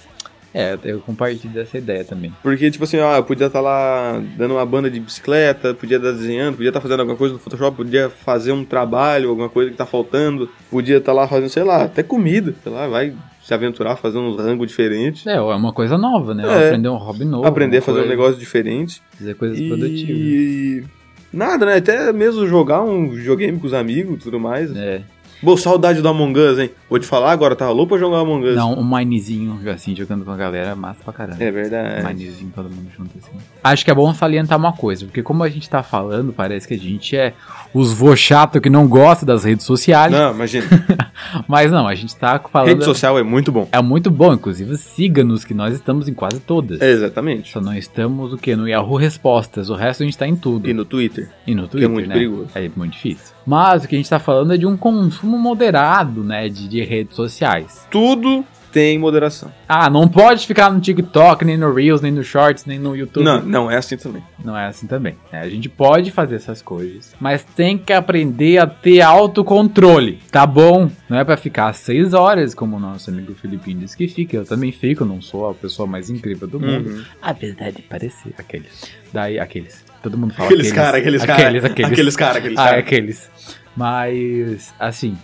[SPEAKER 2] É, eu compartilho dessa ideia também.
[SPEAKER 1] Porque, tipo assim, ó, eu podia estar lá dando uma banda de bicicleta, podia estar desenhando, podia estar fazendo alguma coisa no Photoshop, podia fazer um trabalho, alguma coisa que tá faltando, podia estar lá fazendo, sei lá, até comida, sei lá, vai se aventurar, fazer um rango diferente,
[SPEAKER 2] É, é uma coisa nova, né?
[SPEAKER 1] É.
[SPEAKER 2] Aprender um hobby novo.
[SPEAKER 1] aprender a
[SPEAKER 2] uma
[SPEAKER 1] fazer um
[SPEAKER 2] coisa-
[SPEAKER 1] negócio diferente.
[SPEAKER 2] Fazer coisas produtivas.
[SPEAKER 1] E... Nada, né? Até mesmo jogar um videogame com os amigos e tudo mais.
[SPEAKER 2] É.
[SPEAKER 1] Boa saudade do Among Us, hein? Vou te falar agora, tá louco pra jogar Among Us.
[SPEAKER 2] Não, um minezinho, assim, jogando com a galera, é massa pra caramba.
[SPEAKER 1] É verdade.
[SPEAKER 2] Minezinho, todo mundo junto, assim. Acho que é bom salientar uma coisa, porque como a gente tá falando, parece que a gente é os vô chato que não gosta das redes sociais.
[SPEAKER 1] Não, imagina.
[SPEAKER 2] Mas não, a gente tá falando...
[SPEAKER 1] Rede social é muito bom.
[SPEAKER 2] É muito bom, inclusive siga-nos, que nós estamos em quase todas.
[SPEAKER 1] É, exatamente.
[SPEAKER 2] Só não estamos, o quê? No Yahoo Respostas, o resto a gente tá em tudo.
[SPEAKER 1] E no Twitter.
[SPEAKER 2] E no
[SPEAKER 1] que é
[SPEAKER 2] Twitter,
[SPEAKER 1] muito
[SPEAKER 2] né?
[SPEAKER 1] perigoso.
[SPEAKER 2] É muito difícil. Mas o que a gente tá falando é de um consumo moderado, né, de, de redes sociais.
[SPEAKER 1] tudo tem moderação.
[SPEAKER 2] Ah, não pode ficar no TikTok, nem no Reels, nem no Shorts, nem no YouTube.
[SPEAKER 1] Não, não é assim também.
[SPEAKER 2] Não é assim também. né? a gente pode fazer essas coisas, mas tem que aprender a ter autocontrole, tá bom? Não é pra ficar seis horas, como o nosso amigo Filipinho disse que fica. Eu também fico, não sou a pessoa mais incrível do mundo.
[SPEAKER 1] Uhum.
[SPEAKER 2] Apesar de parecer. Aqueles. Daí, aqueles. Todo mundo fala
[SPEAKER 1] Aqueles cara, aqueles cara.
[SPEAKER 2] Aqueles, aqueles.
[SPEAKER 1] Aqueles cara, aqueles
[SPEAKER 2] Ah,
[SPEAKER 1] cara.
[SPEAKER 2] aqueles. Mas, assim,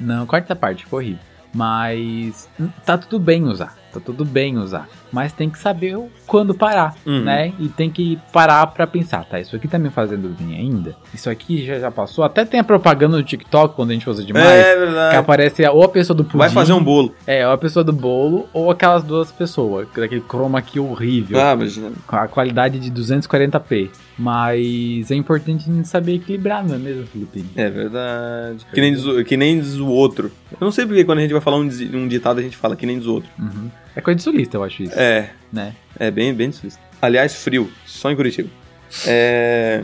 [SPEAKER 2] não, corta essa parte, ficou horrível. Mas hum, tá tudo bem usar, tá tudo bem usar. Mas tem que saber o- quando parar,
[SPEAKER 1] Uhum.
[SPEAKER 2] né? E tem que parar pra pensar, tá? Isso aqui tá me fazendo bem ainda? Isso aqui já, já passou? Até tem a propaganda do TikTok quando a gente usa demais.
[SPEAKER 1] é
[SPEAKER 2] Que
[SPEAKER 1] verdade.
[SPEAKER 2] aparece ou a pessoa do pudim,
[SPEAKER 1] Vai fazer um bolo.
[SPEAKER 2] é, ou a pessoa do bolo, ou aquelas duas pessoas, daquele chroma aqui horrível
[SPEAKER 1] Ah, imagina.
[SPEAKER 2] com a qualidade de 240p. Mas é importante a gente saber equilibrar, não é mesmo, Felipe?
[SPEAKER 1] É verdade. Que nem, diz, o- que nem diz o outro. Eu não sei porque quando a gente vai falar um, dizi- um ditado, a gente fala que nem diz o outro.
[SPEAKER 2] Uhum. É coisa de sulista, eu acho isso,
[SPEAKER 1] É,
[SPEAKER 2] né?
[SPEAKER 1] é bem, bem difícil. Aliás, frio, só em Curitiba. É,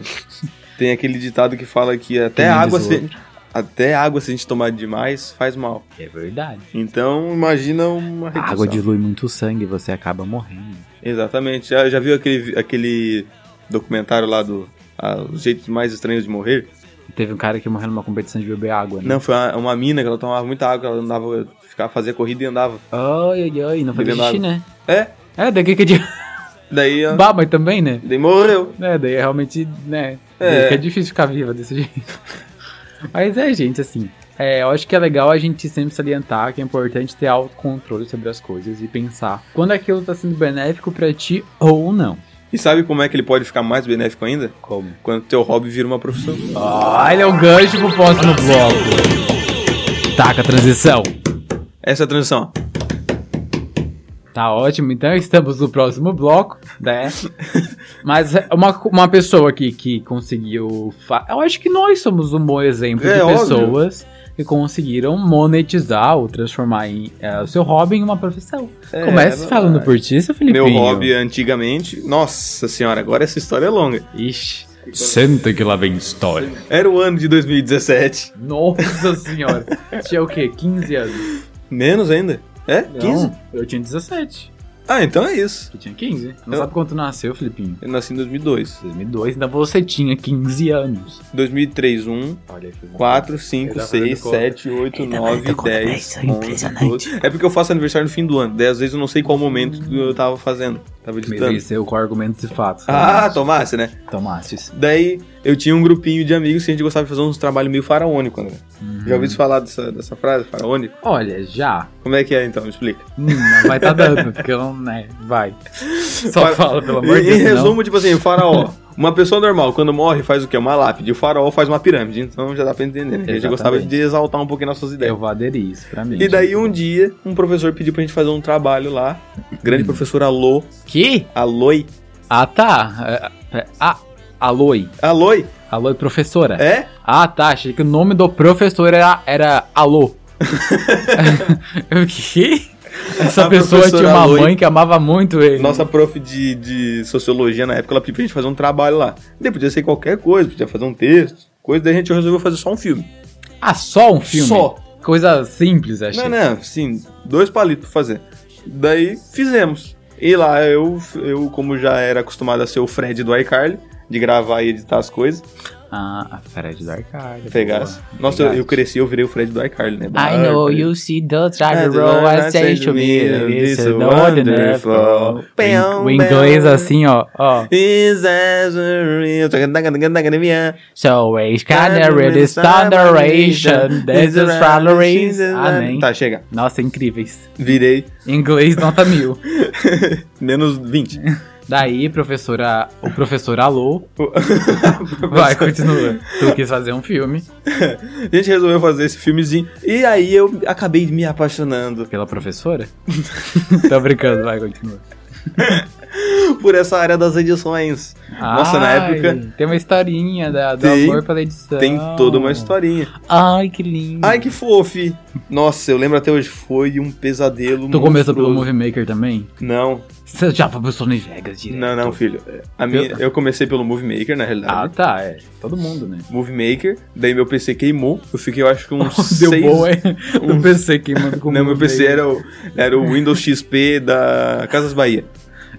[SPEAKER 1] tem aquele ditado que fala que até
[SPEAKER 2] nem diz
[SPEAKER 1] água,
[SPEAKER 2] o
[SPEAKER 1] se, até água, se a gente tomar demais, faz mal.
[SPEAKER 2] É verdade.
[SPEAKER 1] Então, imagina uma
[SPEAKER 2] A
[SPEAKER 1] redução.
[SPEAKER 2] água dilui muito sangue e você acaba morrendo.
[SPEAKER 1] Exatamente. Já, já viu aquele, aquele documentário lá do ah, Os Jeitos Mais Estranhos de Morrer?
[SPEAKER 2] Teve um cara que morreu numa competição de beber água, né?
[SPEAKER 1] Não, foi uma, uma mina que ela tomava muita água, ela andava, ficava, fazia corrida e andava.
[SPEAKER 2] Ai, ai, ai, não fazia
[SPEAKER 1] Bebendo
[SPEAKER 2] xixi, né?
[SPEAKER 1] É,
[SPEAKER 2] É, daí que que de...
[SPEAKER 1] daí, ela-
[SPEAKER 2] Bah, mas também, né?
[SPEAKER 1] daí morreu.
[SPEAKER 2] É, daí é realmente, né?
[SPEAKER 1] É.
[SPEAKER 2] É. é difícil ficar viva desse jeito. Mas é, gente, assim. é, eu acho que é legal a gente sempre salientar que é importante ter autocontrole sobre as coisas e pensar quando aquilo tá sendo benéfico pra ti ou não.
[SPEAKER 1] E sabe como é que ele pode ficar mais benéfico ainda?
[SPEAKER 2] Como?
[SPEAKER 1] Quando teu hobby vira uma profissão.
[SPEAKER 2] Olha o gancho pro próximo bloco. Taca a transição.
[SPEAKER 1] Essa é a transição. ó.
[SPEAKER 2] Tá ótimo, então estamos no próximo bloco, né? Mas é, uma, uma pessoa aqui que conseguiu. fa- Eu acho que nós somos um bom exemplo
[SPEAKER 1] É,
[SPEAKER 2] de
[SPEAKER 1] óbvio.
[SPEAKER 2] pessoas que conseguiram monetizar ou transformar em, é, o seu hobby em uma profissão.
[SPEAKER 1] É,
[SPEAKER 2] Comece
[SPEAKER 1] é
[SPEAKER 2] falando
[SPEAKER 1] verdade.
[SPEAKER 2] por ti, seu Filipinho.
[SPEAKER 1] Meu hobby é- antigamente. Nossa senhora, agora essa história é longa.
[SPEAKER 2] Ixi. Senta que lá vem história.
[SPEAKER 1] Era o ano de 2017.
[SPEAKER 2] Nossa senhora. Tinha o quê? 15 anos?
[SPEAKER 1] Menos ainda? É? 15?
[SPEAKER 2] Não, eu tinha 17.
[SPEAKER 1] Ah, então é isso.
[SPEAKER 2] Tu tinha 15. Não
[SPEAKER 1] Eu-
[SPEAKER 2] sabe quando tu nasceu, Filipinho?
[SPEAKER 1] Eu nasci em 2002.
[SPEAKER 2] 2002, ainda você tinha 15 anos.
[SPEAKER 1] 2003, 1,
[SPEAKER 2] Olha aí, Filipinho.
[SPEAKER 1] 4, 5,
[SPEAKER 2] Ele tá
[SPEAKER 1] 6,
[SPEAKER 2] fazendo conta.
[SPEAKER 1] 7, 8,
[SPEAKER 6] Ele tá
[SPEAKER 1] 9,
[SPEAKER 6] fazendo conta,
[SPEAKER 1] 10,
[SPEAKER 6] isso é
[SPEAKER 1] 11, 12. É porque eu faço aniversário no fim do ano. Daí às vezes eu não sei qual momento eu tava fazendo. Tava editando.
[SPEAKER 2] Venceu com argumentos e fatos.
[SPEAKER 1] Ah, Tomás, né?
[SPEAKER 2] Tomastes.
[SPEAKER 1] Daí eu tinha um grupinho de amigos que a gente gostava de fazer uns trabalhos meio faraônico, André.
[SPEAKER 2] Uhum.
[SPEAKER 1] Já ouviu falar dessa, dessa frase, faraônico?
[SPEAKER 2] Olha, já.
[SPEAKER 1] Como é que é então? Me explica.
[SPEAKER 2] Hum, Não vai tá dando, porque eu não. Né, vai. Só
[SPEAKER 1] Fa-
[SPEAKER 2] fala, pelo amor
[SPEAKER 1] em,
[SPEAKER 2] de Deus.
[SPEAKER 1] Em
[SPEAKER 2] não.
[SPEAKER 1] resumo, tipo assim, o faraó. Uma pessoa normal, quando morre, faz o quê? Uma lápide. O faraó faz uma pirâmide. Então já dá pra entender, né? A gente
[SPEAKER 2] Exatamente.
[SPEAKER 1] gostava de exaltar um pouquinho nossas ideias.
[SPEAKER 2] Eu vou aderir isso pra mim.
[SPEAKER 1] E daí um dia, um professor pediu pra gente fazer um trabalho lá. Grande professor Alô.
[SPEAKER 2] Que?
[SPEAKER 1] Aloi.
[SPEAKER 2] Ah, tá. É, é, Ah, Aloi.
[SPEAKER 1] Aloi?
[SPEAKER 2] Aloi, professora.
[SPEAKER 1] É?
[SPEAKER 2] Ah, tá. Achei que o nome do professor era, era Alô. Eu, que? Essa
[SPEAKER 1] A
[SPEAKER 2] pessoa
[SPEAKER 1] professora
[SPEAKER 2] tinha uma
[SPEAKER 1] Aloi.
[SPEAKER 2] mãe que amava muito ele.
[SPEAKER 1] Nossa prof de, de sociologia na época, ela pediu pra gente fazer um trabalho lá. Daí podia ser qualquer coisa, podia fazer um texto, coisa. Daí a gente resolveu fazer só um filme.
[SPEAKER 2] Ah, só um filme?
[SPEAKER 1] Só.
[SPEAKER 2] Coisa simples,
[SPEAKER 1] Não,
[SPEAKER 2] achei.
[SPEAKER 1] não, sim, dois palitos pra fazer. Daí fizemos. E lá eu, eu, como já era acostumado a ser o Fred do iCarly, de gravar e editar as coisas,
[SPEAKER 2] Ah, a Fred do Arcade.
[SPEAKER 1] pegasse. Nossa, eu, eu cresci, eu virei o Fred do iCarly, né?
[SPEAKER 2] I know you see the driver roll I
[SPEAKER 1] é
[SPEAKER 2] say to me It's
[SPEAKER 1] It's
[SPEAKER 2] so
[SPEAKER 1] wonderful.
[SPEAKER 2] wonderful O inglês assim, ó, ó
[SPEAKER 1] Is as real.
[SPEAKER 2] So it's kinda really thunderation That's the salaries Amém
[SPEAKER 1] Tá, chega.
[SPEAKER 2] Nossa, incríveis
[SPEAKER 1] Virei
[SPEAKER 2] Inglês nota mil
[SPEAKER 1] menos 20.
[SPEAKER 2] Daí, professora O professor Alô
[SPEAKER 1] O-
[SPEAKER 2] Vai, continua Tu quis fazer um filme
[SPEAKER 1] A gente resolveu fazer esse filmezinho. E aí eu acabei me apaixonando.
[SPEAKER 2] Pela professora? Tô brincando, vai, continua
[SPEAKER 1] por essa área das edições. Nossa, na
[SPEAKER 2] Ai,
[SPEAKER 1] época-
[SPEAKER 2] Tem uma historinha da, do
[SPEAKER 1] Tem-
[SPEAKER 2] amor pela edição.
[SPEAKER 1] Tem toda uma historinha.
[SPEAKER 2] Ai, que lindo.
[SPEAKER 1] Ai, que fofi. Nossa, eu lembro até hoje, foi um pesadelo
[SPEAKER 2] tu começou pelo
[SPEAKER 1] monstruoso.
[SPEAKER 2] Movie Maker também?
[SPEAKER 1] Não,
[SPEAKER 2] Você já começou no Vegas direto?
[SPEAKER 1] não, não, filho. A minha, eu comecei pelo Movie Maker, na realidade.
[SPEAKER 2] Ah, tá, é. Todo mundo, né?
[SPEAKER 1] Movie Maker, daí meu PC queimou. Eu fiquei, eu acho que uns
[SPEAKER 2] Deu
[SPEAKER 1] seis...
[SPEAKER 2] boa, hein?
[SPEAKER 1] um-
[SPEAKER 2] Um... PC queimando com o
[SPEAKER 1] Não, meu
[SPEAKER 2] Movie
[SPEAKER 1] PC
[SPEAKER 2] Maker.
[SPEAKER 1] era o, era o Windows XP da Casas Bahia.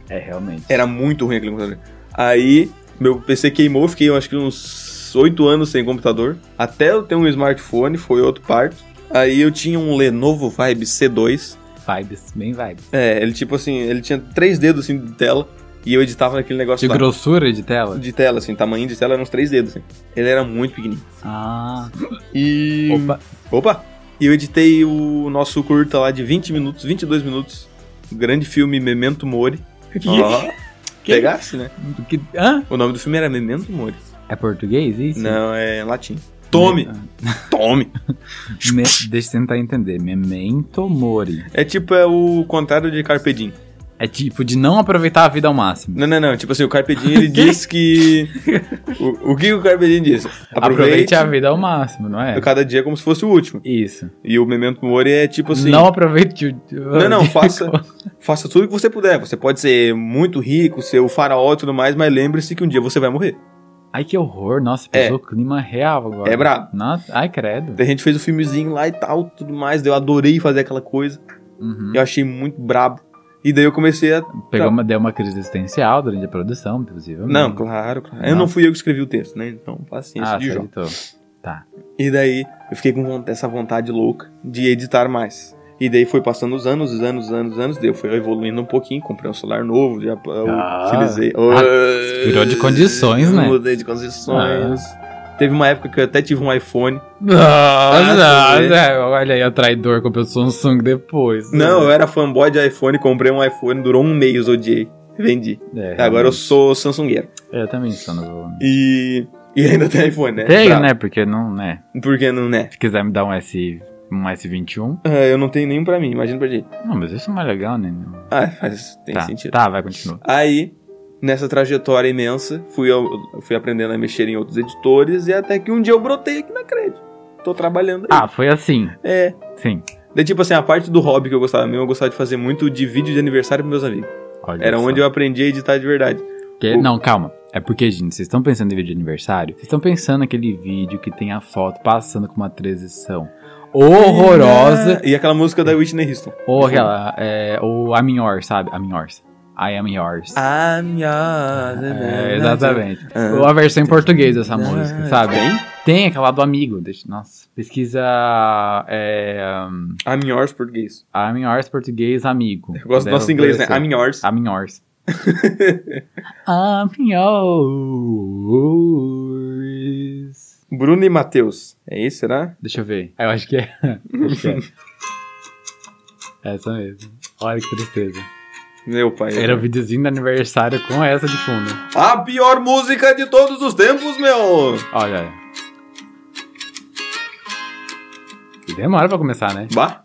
[SPEAKER 2] É, realmente.
[SPEAKER 1] Era muito ruim aquele computador. Aí, meu PC queimou, fiquei eu acho que uns 8 anos sem computador. Até eu ter um smartphone, foi outro parto. Aí eu tinha um Lenovo Vibe C2.
[SPEAKER 2] Vibes, bem vibes.
[SPEAKER 1] É, ele tipo assim, ele tinha três dedos assim de tela. E eu editava naquele negócio
[SPEAKER 2] De
[SPEAKER 1] lá.
[SPEAKER 2] grossura de tela?
[SPEAKER 1] De tela, assim, tamanho de tela eram uns três dedos, assim. Ele era muito pequenininho.
[SPEAKER 2] Ah,
[SPEAKER 1] E.
[SPEAKER 2] opa.
[SPEAKER 1] Opa! E eu editei o nosso curta lá de 20 minutos, 22 minutos. O grande filme Memento Mori. Ó,
[SPEAKER 2] Que?
[SPEAKER 1] Pegasse, né?
[SPEAKER 2] Que... Hã?
[SPEAKER 1] O nome do filme era Memento Mori.
[SPEAKER 2] É português isso? Ah,
[SPEAKER 1] Não, é em latim. Tome! Tome!
[SPEAKER 2] Me... Deixa eu tentar entender. Memento mori.
[SPEAKER 1] É tipo, é o contrário de Carpe Diem.
[SPEAKER 2] É tipo de não aproveitar a vida ao máximo.
[SPEAKER 1] Não, não, não. Tipo assim, o Carpe Diem, ele diz que... O, o que o Carpe Diem diz?
[SPEAKER 2] Aproveite a vida ao máximo, não é?
[SPEAKER 1] cada dia como se fosse o último.
[SPEAKER 2] Isso.
[SPEAKER 1] E o Memento Mori é tipo assim...
[SPEAKER 2] Não aproveite o.
[SPEAKER 1] Não, não, faça, faça tudo que você puder. Você pode ser muito rico, ser o faraó e tudo mais, mas lembre-se que um dia você vai morrer.
[SPEAKER 2] Ai, que horror. Nossa,
[SPEAKER 1] É.
[SPEAKER 2] pesou o clima real agora.
[SPEAKER 1] É brabo.
[SPEAKER 2] Nossa, ai, credo.
[SPEAKER 1] A gente fez o filmezinho lá e tal, tudo mais. Eu adorei fazer aquela coisa.
[SPEAKER 2] Uhum.
[SPEAKER 1] Eu achei muito brabo. E daí eu comecei a.
[SPEAKER 2] Pegou uma, deu uma crise existencial durante a produção, Ah, possivelmente.
[SPEAKER 1] Não, claro, claro. Eu
[SPEAKER 2] Não.
[SPEAKER 1] não fui eu que escrevi o texto, né? Então, paciência
[SPEAKER 2] Hum. Ah,
[SPEAKER 1] de
[SPEAKER 2] você
[SPEAKER 1] jogo.
[SPEAKER 2] editou.
[SPEAKER 1] E daí eu fiquei com von- essa vontade louca de editar mais. E daí foi passando os anos, os anos, os anos, os anos. Daí eu fui evoluindo um pouquinho, comprei um celular novo, já eu
[SPEAKER 2] Ah.
[SPEAKER 1] utilizei.
[SPEAKER 2] Ah, virou de condições, né? Ah.
[SPEAKER 1] Mudei de condições. Teve uma época que eu até tive um iPhone.
[SPEAKER 2] Nossa,
[SPEAKER 1] você vê.
[SPEAKER 2] é, olha aí, o traidor comprou o Samsung depois. É,
[SPEAKER 1] Não, é- eu era fanboy de iPhone, comprei um iPhone, durou um mês, odiei. Vendi.
[SPEAKER 2] É,
[SPEAKER 1] Agora eu sou Samsungueiro.
[SPEAKER 2] Eu também estou no.
[SPEAKER 1] E. E ainda tem iPhone, né?
[SPEAKER 2] Tenho,
[SPEAKER 1] Pra-
[SPEAKER 2] né? Porque não, né?
[SPEAKER 1] Porque não, né?
[SPEAKER 2] Se quiser me dar um, S, um S21.
[SPEAKER 1] Ah, eu não tenho nenhum pra mim, imagina pra gente.
[SPEAKER 2] Não, mas isso é mais legal, né? Não-
[SPEAKER 1] Ah, faz. Tem
[SPEAKER 2] tá,
[SPEAKER 1] sentido.
[SPEAKER 2] Tá, vai, continua.
[SPEAKER 1] Aí, nessa trajetória imensa, fui, eu- fui aprendendo a mexer em outros editores e até que um dia eu brotei aqui na Cred. Tô trabalhando aí.
[SPEAKER 2] Ah, foi assim.
[SPEAKER 1] É.
[SPEAKER 2] Sim.
[SPEAKER 1] Daí, tipo assim, a parte do hobby que eu gostava mesmo, eu gostava de fazer muito de vídeo de aniversário pros meus amigos.
[SPEAKER 2] Olha
[SPEAKER 1] Era um
[SPEAKER 2] só.
[SPEAKER 1] onde eu aprendi a editar de verdade.
[SPEAKER 2] Porque- não, calma. É porque, gente, vocês estão pensando em vídeo de aniversário? Vocês estão pensando naquele vídeo que tem a foto passando com uma transição horrorosa.
[SPEAKER 1] E aquela música da Whitney Houston.
[SPEAKER 2] Ou aquela. É, ou I'm yours, sabe? I'm yours. I am yours.
[SPEAKER 1] Ah, I'm yours.
[SPEAKER 2] É, exatamente.
[SPEAKER 1] né, Ah.
[SPEAKER 2] Ou a versão em português dessa música,
[SPEAKER 1] Ah,
[SPEAKER 2] sabe?
[SPEAKER 1] tem?
[SPEAKER 2] Tem aquela do amigo. Deixa, nossa, pesquisa. É, um,
[SPEAKER 1] I'm yours português.
[SPEAKER 2] I'm yours, português, amigo.
[SPEAKER 1] Eu gosto do nosso inglês, né? I'm yours.
[SPEAKER 2] I'm yours. I'm yours.
[SPEAKER 1] Bruno e Matheus. É isso, será?
[SPEAKER 2] Deixa eu ver. Ah, Eu acho que é. Acho que é. Essa mesmo. Olha que tristeza.
[SPEAKER 1] Meu pai.
[SPEAKER 2] Era o videozinho do aniversário com essa de fundo.
[SPEAKER 1] A pior música de todos os tempos, meu!
[SPEAKER 2] Olha aí. E Demora pra começar, né?
[SPEAKER 1] Bah!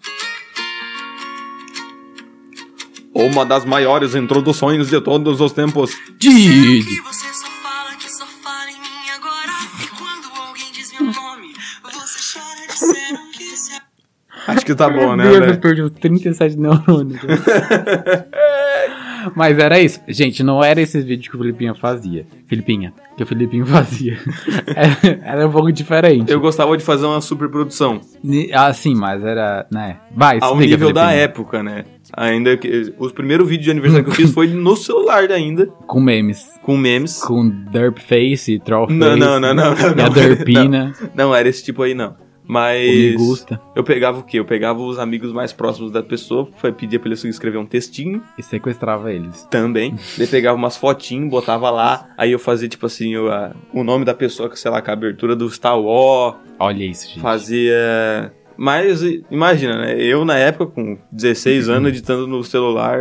[SPEAKER 1] Uma das maiores introduções de todos os tempos.
[SPEAKER 2] Didi.
[SPEAKER 4] Você só fala que só fala em mim agora. E quando alguém diz meu nome, você chora disseram que se
[SPEAKER 1] Acho que tá bom, né,
[SPEAKER 2] Meu Deus,
[SPEAKER 1] velho?
[SPEAKER 2] eu perdi os 37 neurônios. Mas era isso. Gente, não era esses vídeos que o Filipinha fazia. Filipinha. Que o Filipinho fazia. era, era um pouco diferente.
[SPEAKER 1] Eu gostava de fazer uma superprodução.
[SPEAKER 2] Ni- Ah, sim, mas era, né? Vai,
[SPEAKER 1] Ao
[SPEAKER 2] explica,
[SPEAKER 1] nível da
[SPEAKER 2] Filipinho.
[SPEAKER 1] época, né? Ainda que. Os primeiros vídeos de aniversário que eu fiz foi no celular ainda,
[SPEAKER 2] Com memes.
[SPEAKER 1] com memes.
[SPEAKER 2] Com Derpface e Trollface.
[SPEAKER 1] Não, não, não, não, não,
[SPEAKER 2] E a
[SPEAKER 1] não.
[SPEAKER 2] Derpina.
[SPEAKER 1] Não era esse tipo aí, não.
[SPEAKER 2] O Me
[SPEAKER 1] Mas.
[SPEAKER 2] Gusta.
[SPEAKER 1] Eu pegava o quê? Eu pegava os amigos mais próximos da pessoa, fa- pedia pra eles escrever um textinho
[SPEAKER 2] E sequestrava eles.
[SPEAKER 1] também. Daí pegava umas fotinhas, botava lá. Aí eu fazia, tipo assim, o, a- o nome da pessoa, que sei lá, com a abertura do Star Wars.
[SPEAKER 2] Olha isso, gente.
[SPEAKER 1] Fazia. Mas i- imagina, né? Eu na época, com
[SPEAKER 2] Uhum.
[SPEAKER 1] 16 anos, editando no celular.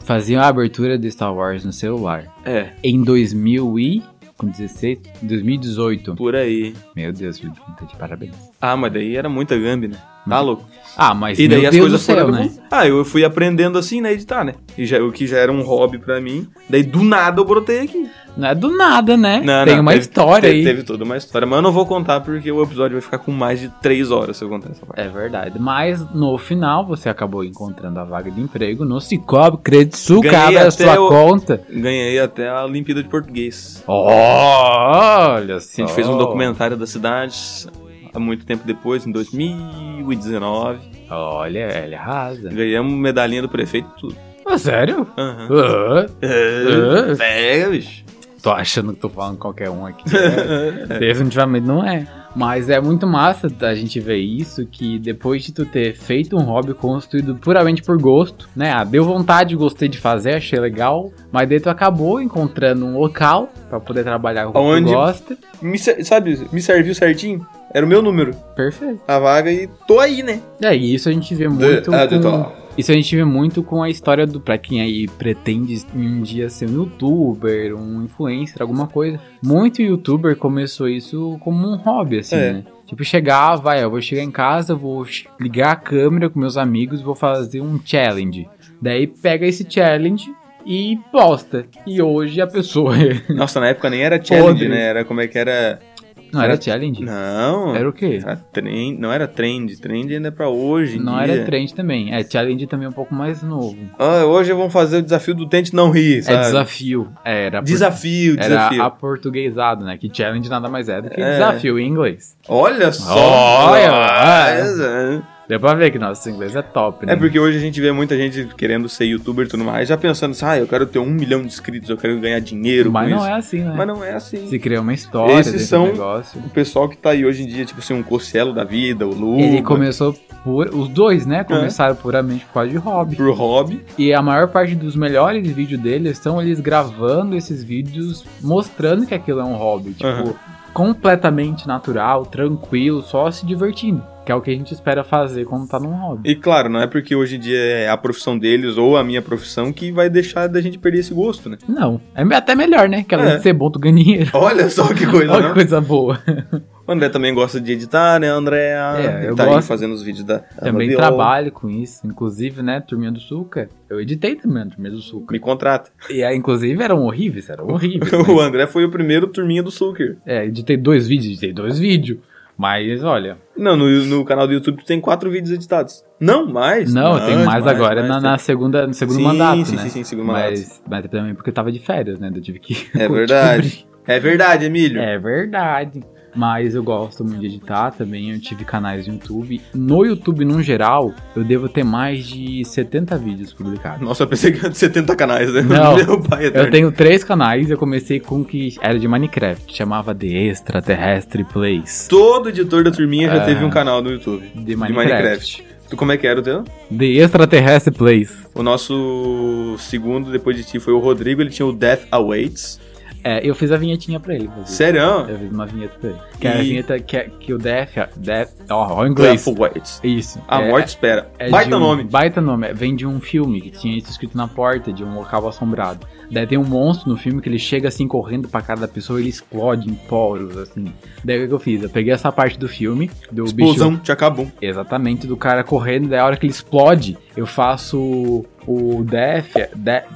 [SPEAKER 2] Faziam a abertura de Star Wars no celular.
[SPEAKER 1] É,
[SPEAKER 2] Em 2000 e... Com 16... 2018.
[SPEAKER 1] por aí.
[SPEAKER 2] Meu Deus, Felipe, tá de parabéns.
[SPEAKER 1] Ah, mas daí era muita gambi, né? Tá louco?
[SPEAKER 2] Ah, mas
[SPEAKER 1] E
[SPEAKER 2] meu
[SPEAKER 1] daí as
[SPEAKER 2] Deus do
[SPEAKER 1] coisas
[SPEAKER 2] céu,
[SPEAKER 1] foram.
[SPEAKER 2] né?
[SPEAKER 1] Ah, eu fui aprendendo assim, né? Editar, né? E já, o que já era um hobby pra mim. Daí do nada eu brotei aqui.
[SPEAKER 2] Não é do nada, né?
[SPEAKER 1] Não,
[SPEAKER 2] Tem
[SPEAKER 1] não,
[SPEAKER 2] uma
[SPEAKER 1] teve-
[SPEAKER 2] história
[SPEAKER 1] teve,
[SPEAKER 2] aí.
[SPEAKER 1] Teve toda uma história, mas eu não vou contar porque o episódio vai ficar com mais de três horas se eu contar essa parte.
[SPEAKER 2] É verdade. Mas no final você acabou encontrando a vaga de emprego no Cicobi Crédito Sul,
[SPEAKER 1] Ganhei
[SPEAKER 2] cabe a
[SPEAKER 1] até
[SPEAKER 2] sua
[SPEAKER 1] o-
[SPEAKER 2] conta.
[SPEAKER 1] Ganhei até a Olimpíada de Português.
[SPEAKER 2] Olha
[SPEAKER 1] A
[SPEAKER 2] só.
[SPEAKER 1] gente fez um documentário da cidade há muito tempo depois, em 2019.
[SPEAKER 2] Olha, ele arrasa.
[SPEAKER 1] Ganhamos medalhinha do prefeito tudo.
[SPEAKER 2] Ah, sério?
[SPEAKER 1] Aham.
[SPEAKER 2] Ah,
[SPEAKER 1] É, Pega, bicho.
[SPEAKER 2] tô achando que tô falando qualquer um aqui. É, definitivamente não é. Mas é muito massa a gente ver isso, que depois de tu ter feito um hobby construído puramente por gosto, né? Ah, deu vontade, gostei de fazer, achei legal, mas daí tu acabou encontrando um local pra poder trabalhar com o que tu
[SPEAKER 1] Onde-
[SPEAKER 2] gosta.
[SPEAKER 1] Me ser- sabe, me serviu certinho. Era o meu número,
[SPEAKER 2] Perfeito.
[SPEAKER 1] a vaga, e tô aí, né?
[SPEAKER 2] É, e isso a gente vê muito.
[SPEAKER 1] ah,
[SPEAKER 2] com-
[SPEAKER 1] tá.
[SPEAKER 2] Isso a gente vê muito com a história do. Pra quem aí pretende um dia ser um youtuber, um influencer, alguma coisa. Muito youtuber começou isso como um hobby, assim,
[SPEAKER 1] É.
[SPEAKER 2] né? Tipo, chegar, vai, eu vou chegar em casa, vou ch- ligar a câmera com meus amigos, vou fazer um challenge. Daí pega esse challenge e posta. E hoje a pessoa.
[SPEAKER 1] Nossa, na época nem era challenge,
[SPEAKER 2] Podre.
[SPEAKER 1] né? Era como é que era.
[SPEAKER 2] Não era
[SPEAKER 1] Era-
[SPEAKER 2] challenge?
[SPEAKER 1] Não.
[SPEAKER 2] Era o quê?
[SPEAKER 1] Era trend, não era trend. Trend ainda é pra hoje. em
[SPEAKER 2] Não
[SPEAKER 1] dia.
[SPEAKER 2] era trend também. É, challenge também é um pouco mais novo.
[SPEAKER 1] Ah, hoje vamos fazer o desafio do dente não rir,
[SPEAKER 2] É
[SPEAKER 1] sabe?
[SPEAKER 2] desafio. É, era por-
[SPEAKER 1] Desafio,
[SPEAKER 2] Era
[SPEAKER 1] desafio.
[SPEAKER 2] aportuguesado, né? Que challenge nada mais é do que
[SPEAKER 1] É.
[SPEAKER 2] desafio em inglês.
[SPEAKER 1] Olha só!
[SPEAKER 2] Olha!
[SPEAKER 1] Nossa!
[SPEAKER 2] Deu pra ver que nosso inglês é top, né?
[SPEAKER 1] É porque hoje a gente vê muita gente querendo ser youtuber e tudo mais, já pensando assim, ah, eu quero ter um milhão de inscritos, eu quero ganhar dinheiro
[SPEAKER 2] Mas
[SPEAKER 1] com
[SPEAKER 2] não
[SPEAKER 1] isso.
[SPEAKER 2] é assim, né?
[SPEAKER 1] Mas não é assim.
[SPEAKER 2] Se cria uma história,
[SPEAKER 1] Esses
[SPEAKER 2] dentro
[SPEAKER 1] são-
[SPEAKER 2] do negócio.
[SPEAKER 1] O pessoal que tá aí hoje em dia, tipo assim, um Cocielo da vida, o Lu,
[SPEAKER 2] Ele começou por. Os dois, né? Começaram puramente por causa de hobby.
[SPEAKER 1] pro hobby,
[SPEAKER 2] E a maior parte dos melhores vídeos deles são eles gravando esses vídeos mostrando que aquilo é um hobby. Tipo,
[SPEAKER 1] Aham.
[SPEAKER 2] completamente natural, tranquilo, só se divertindo. Que é o que a gente espera fazer quando tá num hobby.
[SPEAKER 1] E claro, não é porque hoje em dia é a profissão deles ou a minha profissão que vai deixar da gente perder esse gosto, né?
[SPEAKER 2] Não. É até melhor, né? Que além
[SPEAKER 1] É.
[SPEAKER 2] de ser bom, tu ganha dinheiro.
[SPEAKER 1] Olha só que coisa,
[SPEAKER 2] Olha
[SPEAKER 1] né?
[SPEAKER 2] que coisa boa.
[SPEAKER 1] O André também gosta de editar, né, André? É,
[SPEAKER 2] eu
[SPEAKER 1] tá aí
[SPEAKER 2] gosto.
[SPEAKER 1] fazendo os vídeos da da
[SPEAKER 2] também
[SPEAKER 1] Mandiola.
[SPEAKER 2] trabalho com isso. Inclusive, né, Turminha do Suca. Eu editei também a Turminha do Suca.
[SPEAKER 1] Me contrata.
[SPEAKER 2] E aí, inclusive, eram horríveis, eram horríveis.
[SPEAKER 1] O
[SPEAKER 2] mas-
[SPEAKER 1] André foi o primeiro turminha do Sucker.
[SPEAKER 2] é, editei dois vídeos, editei dois vídeos. Mas, olha,
[SPEAKER 1] Não, no, no canal do YouTube tu tem quatro vídeos editados. Não, mais.
[SPEAKER 2] não, tem mais, agora na, na
[SPEAKER 1] tem-
[SPEAKER 2] segunda, no segundo
[SPEAKER 1] Sim,
[SPEAKER 2] mandato,
[SPEAKER 1] sim,
[SPEAKER 2] né?
[SPEAKER 1] sim, sim, segundo
[SPEAKER 2] mas, mas também porque eu tava de férias, né? Eu tive que...
[SPEAKER 1] É verdade. É verdade, Emílio.
[SPEAKER 2] É verdade. Mas eu gosto muito de editar também. Eu tive canais no YouTube. No YouTube, no geral, eu devo ter mais de 70 vídeos publicados.
[SPEAKER 1] Nossa, eu pensei que era de 70 canais, né?
[SPEAKER 2] Não.
[SPEAKER 1] Meu pai
[SPEAKER 2] Eu
[SPEAKER 1] eterno.
[SPEAKER 2] tenho três canais, eu comecei com o que era de Minecraft, chamava de Extraterrestre Plays.
[SPEAKER 1] Todo editor da turminha já
[SPEAKER 2] Ah.
[SPEAKER 1] teve um canal no YouTube.
[SPEAKER 2] De
[SPEAKER 1] Minecraft.
[SPEAKER 2] Minecraft.
[SPEAKER 1] Tu como é que era o teu?
[SPEAKER 2] De Extraterrestre Plays.
[SPEAKER 1] O nosso segundo depois de ti foi o Rodrigo, ele tinha o Death Awaits.
[SPEAKER 2] É, eu fiz a vinhetinha pra ele. inclusive.
[SPEAKER 1] Sério?
[SPEAKER 2] Eu fiz uma vinheta pra ele. Que era a
[SPEAKER 1] E-
[SPEAKER 2] vinheta que, é- que o Death. Death ó, ó, o inglês.
[SPEAKER 1] Death Awaits.
[SPEAKER 2] Isso.
[SPEAKER 1] A
[SPEAKER 2] É-
[SPEAKER 1] morte espera.
[SPEAKER 2] é de
[SPEAKER 1] Baita
[SPEAKER 2] um-
[SPEAKER 1] nome.
[SPEAKER 2] Baita nome. é, Vem de um filme que tinha isso escrito na porta de um local assombrado. Daí tem um monstro no filme que ele chega assim correndo pra cara da pessoa e ele explode em poros, assim. Daí o que que eu fiz? Eu peguei essa parte do filme, do bicho
[SPEAKER 1] Explosão, te acabou.
[SPEAKER 2] Exatamente, do cara correndo, daí a hora que ele explode, eu faço o- o Death, Death,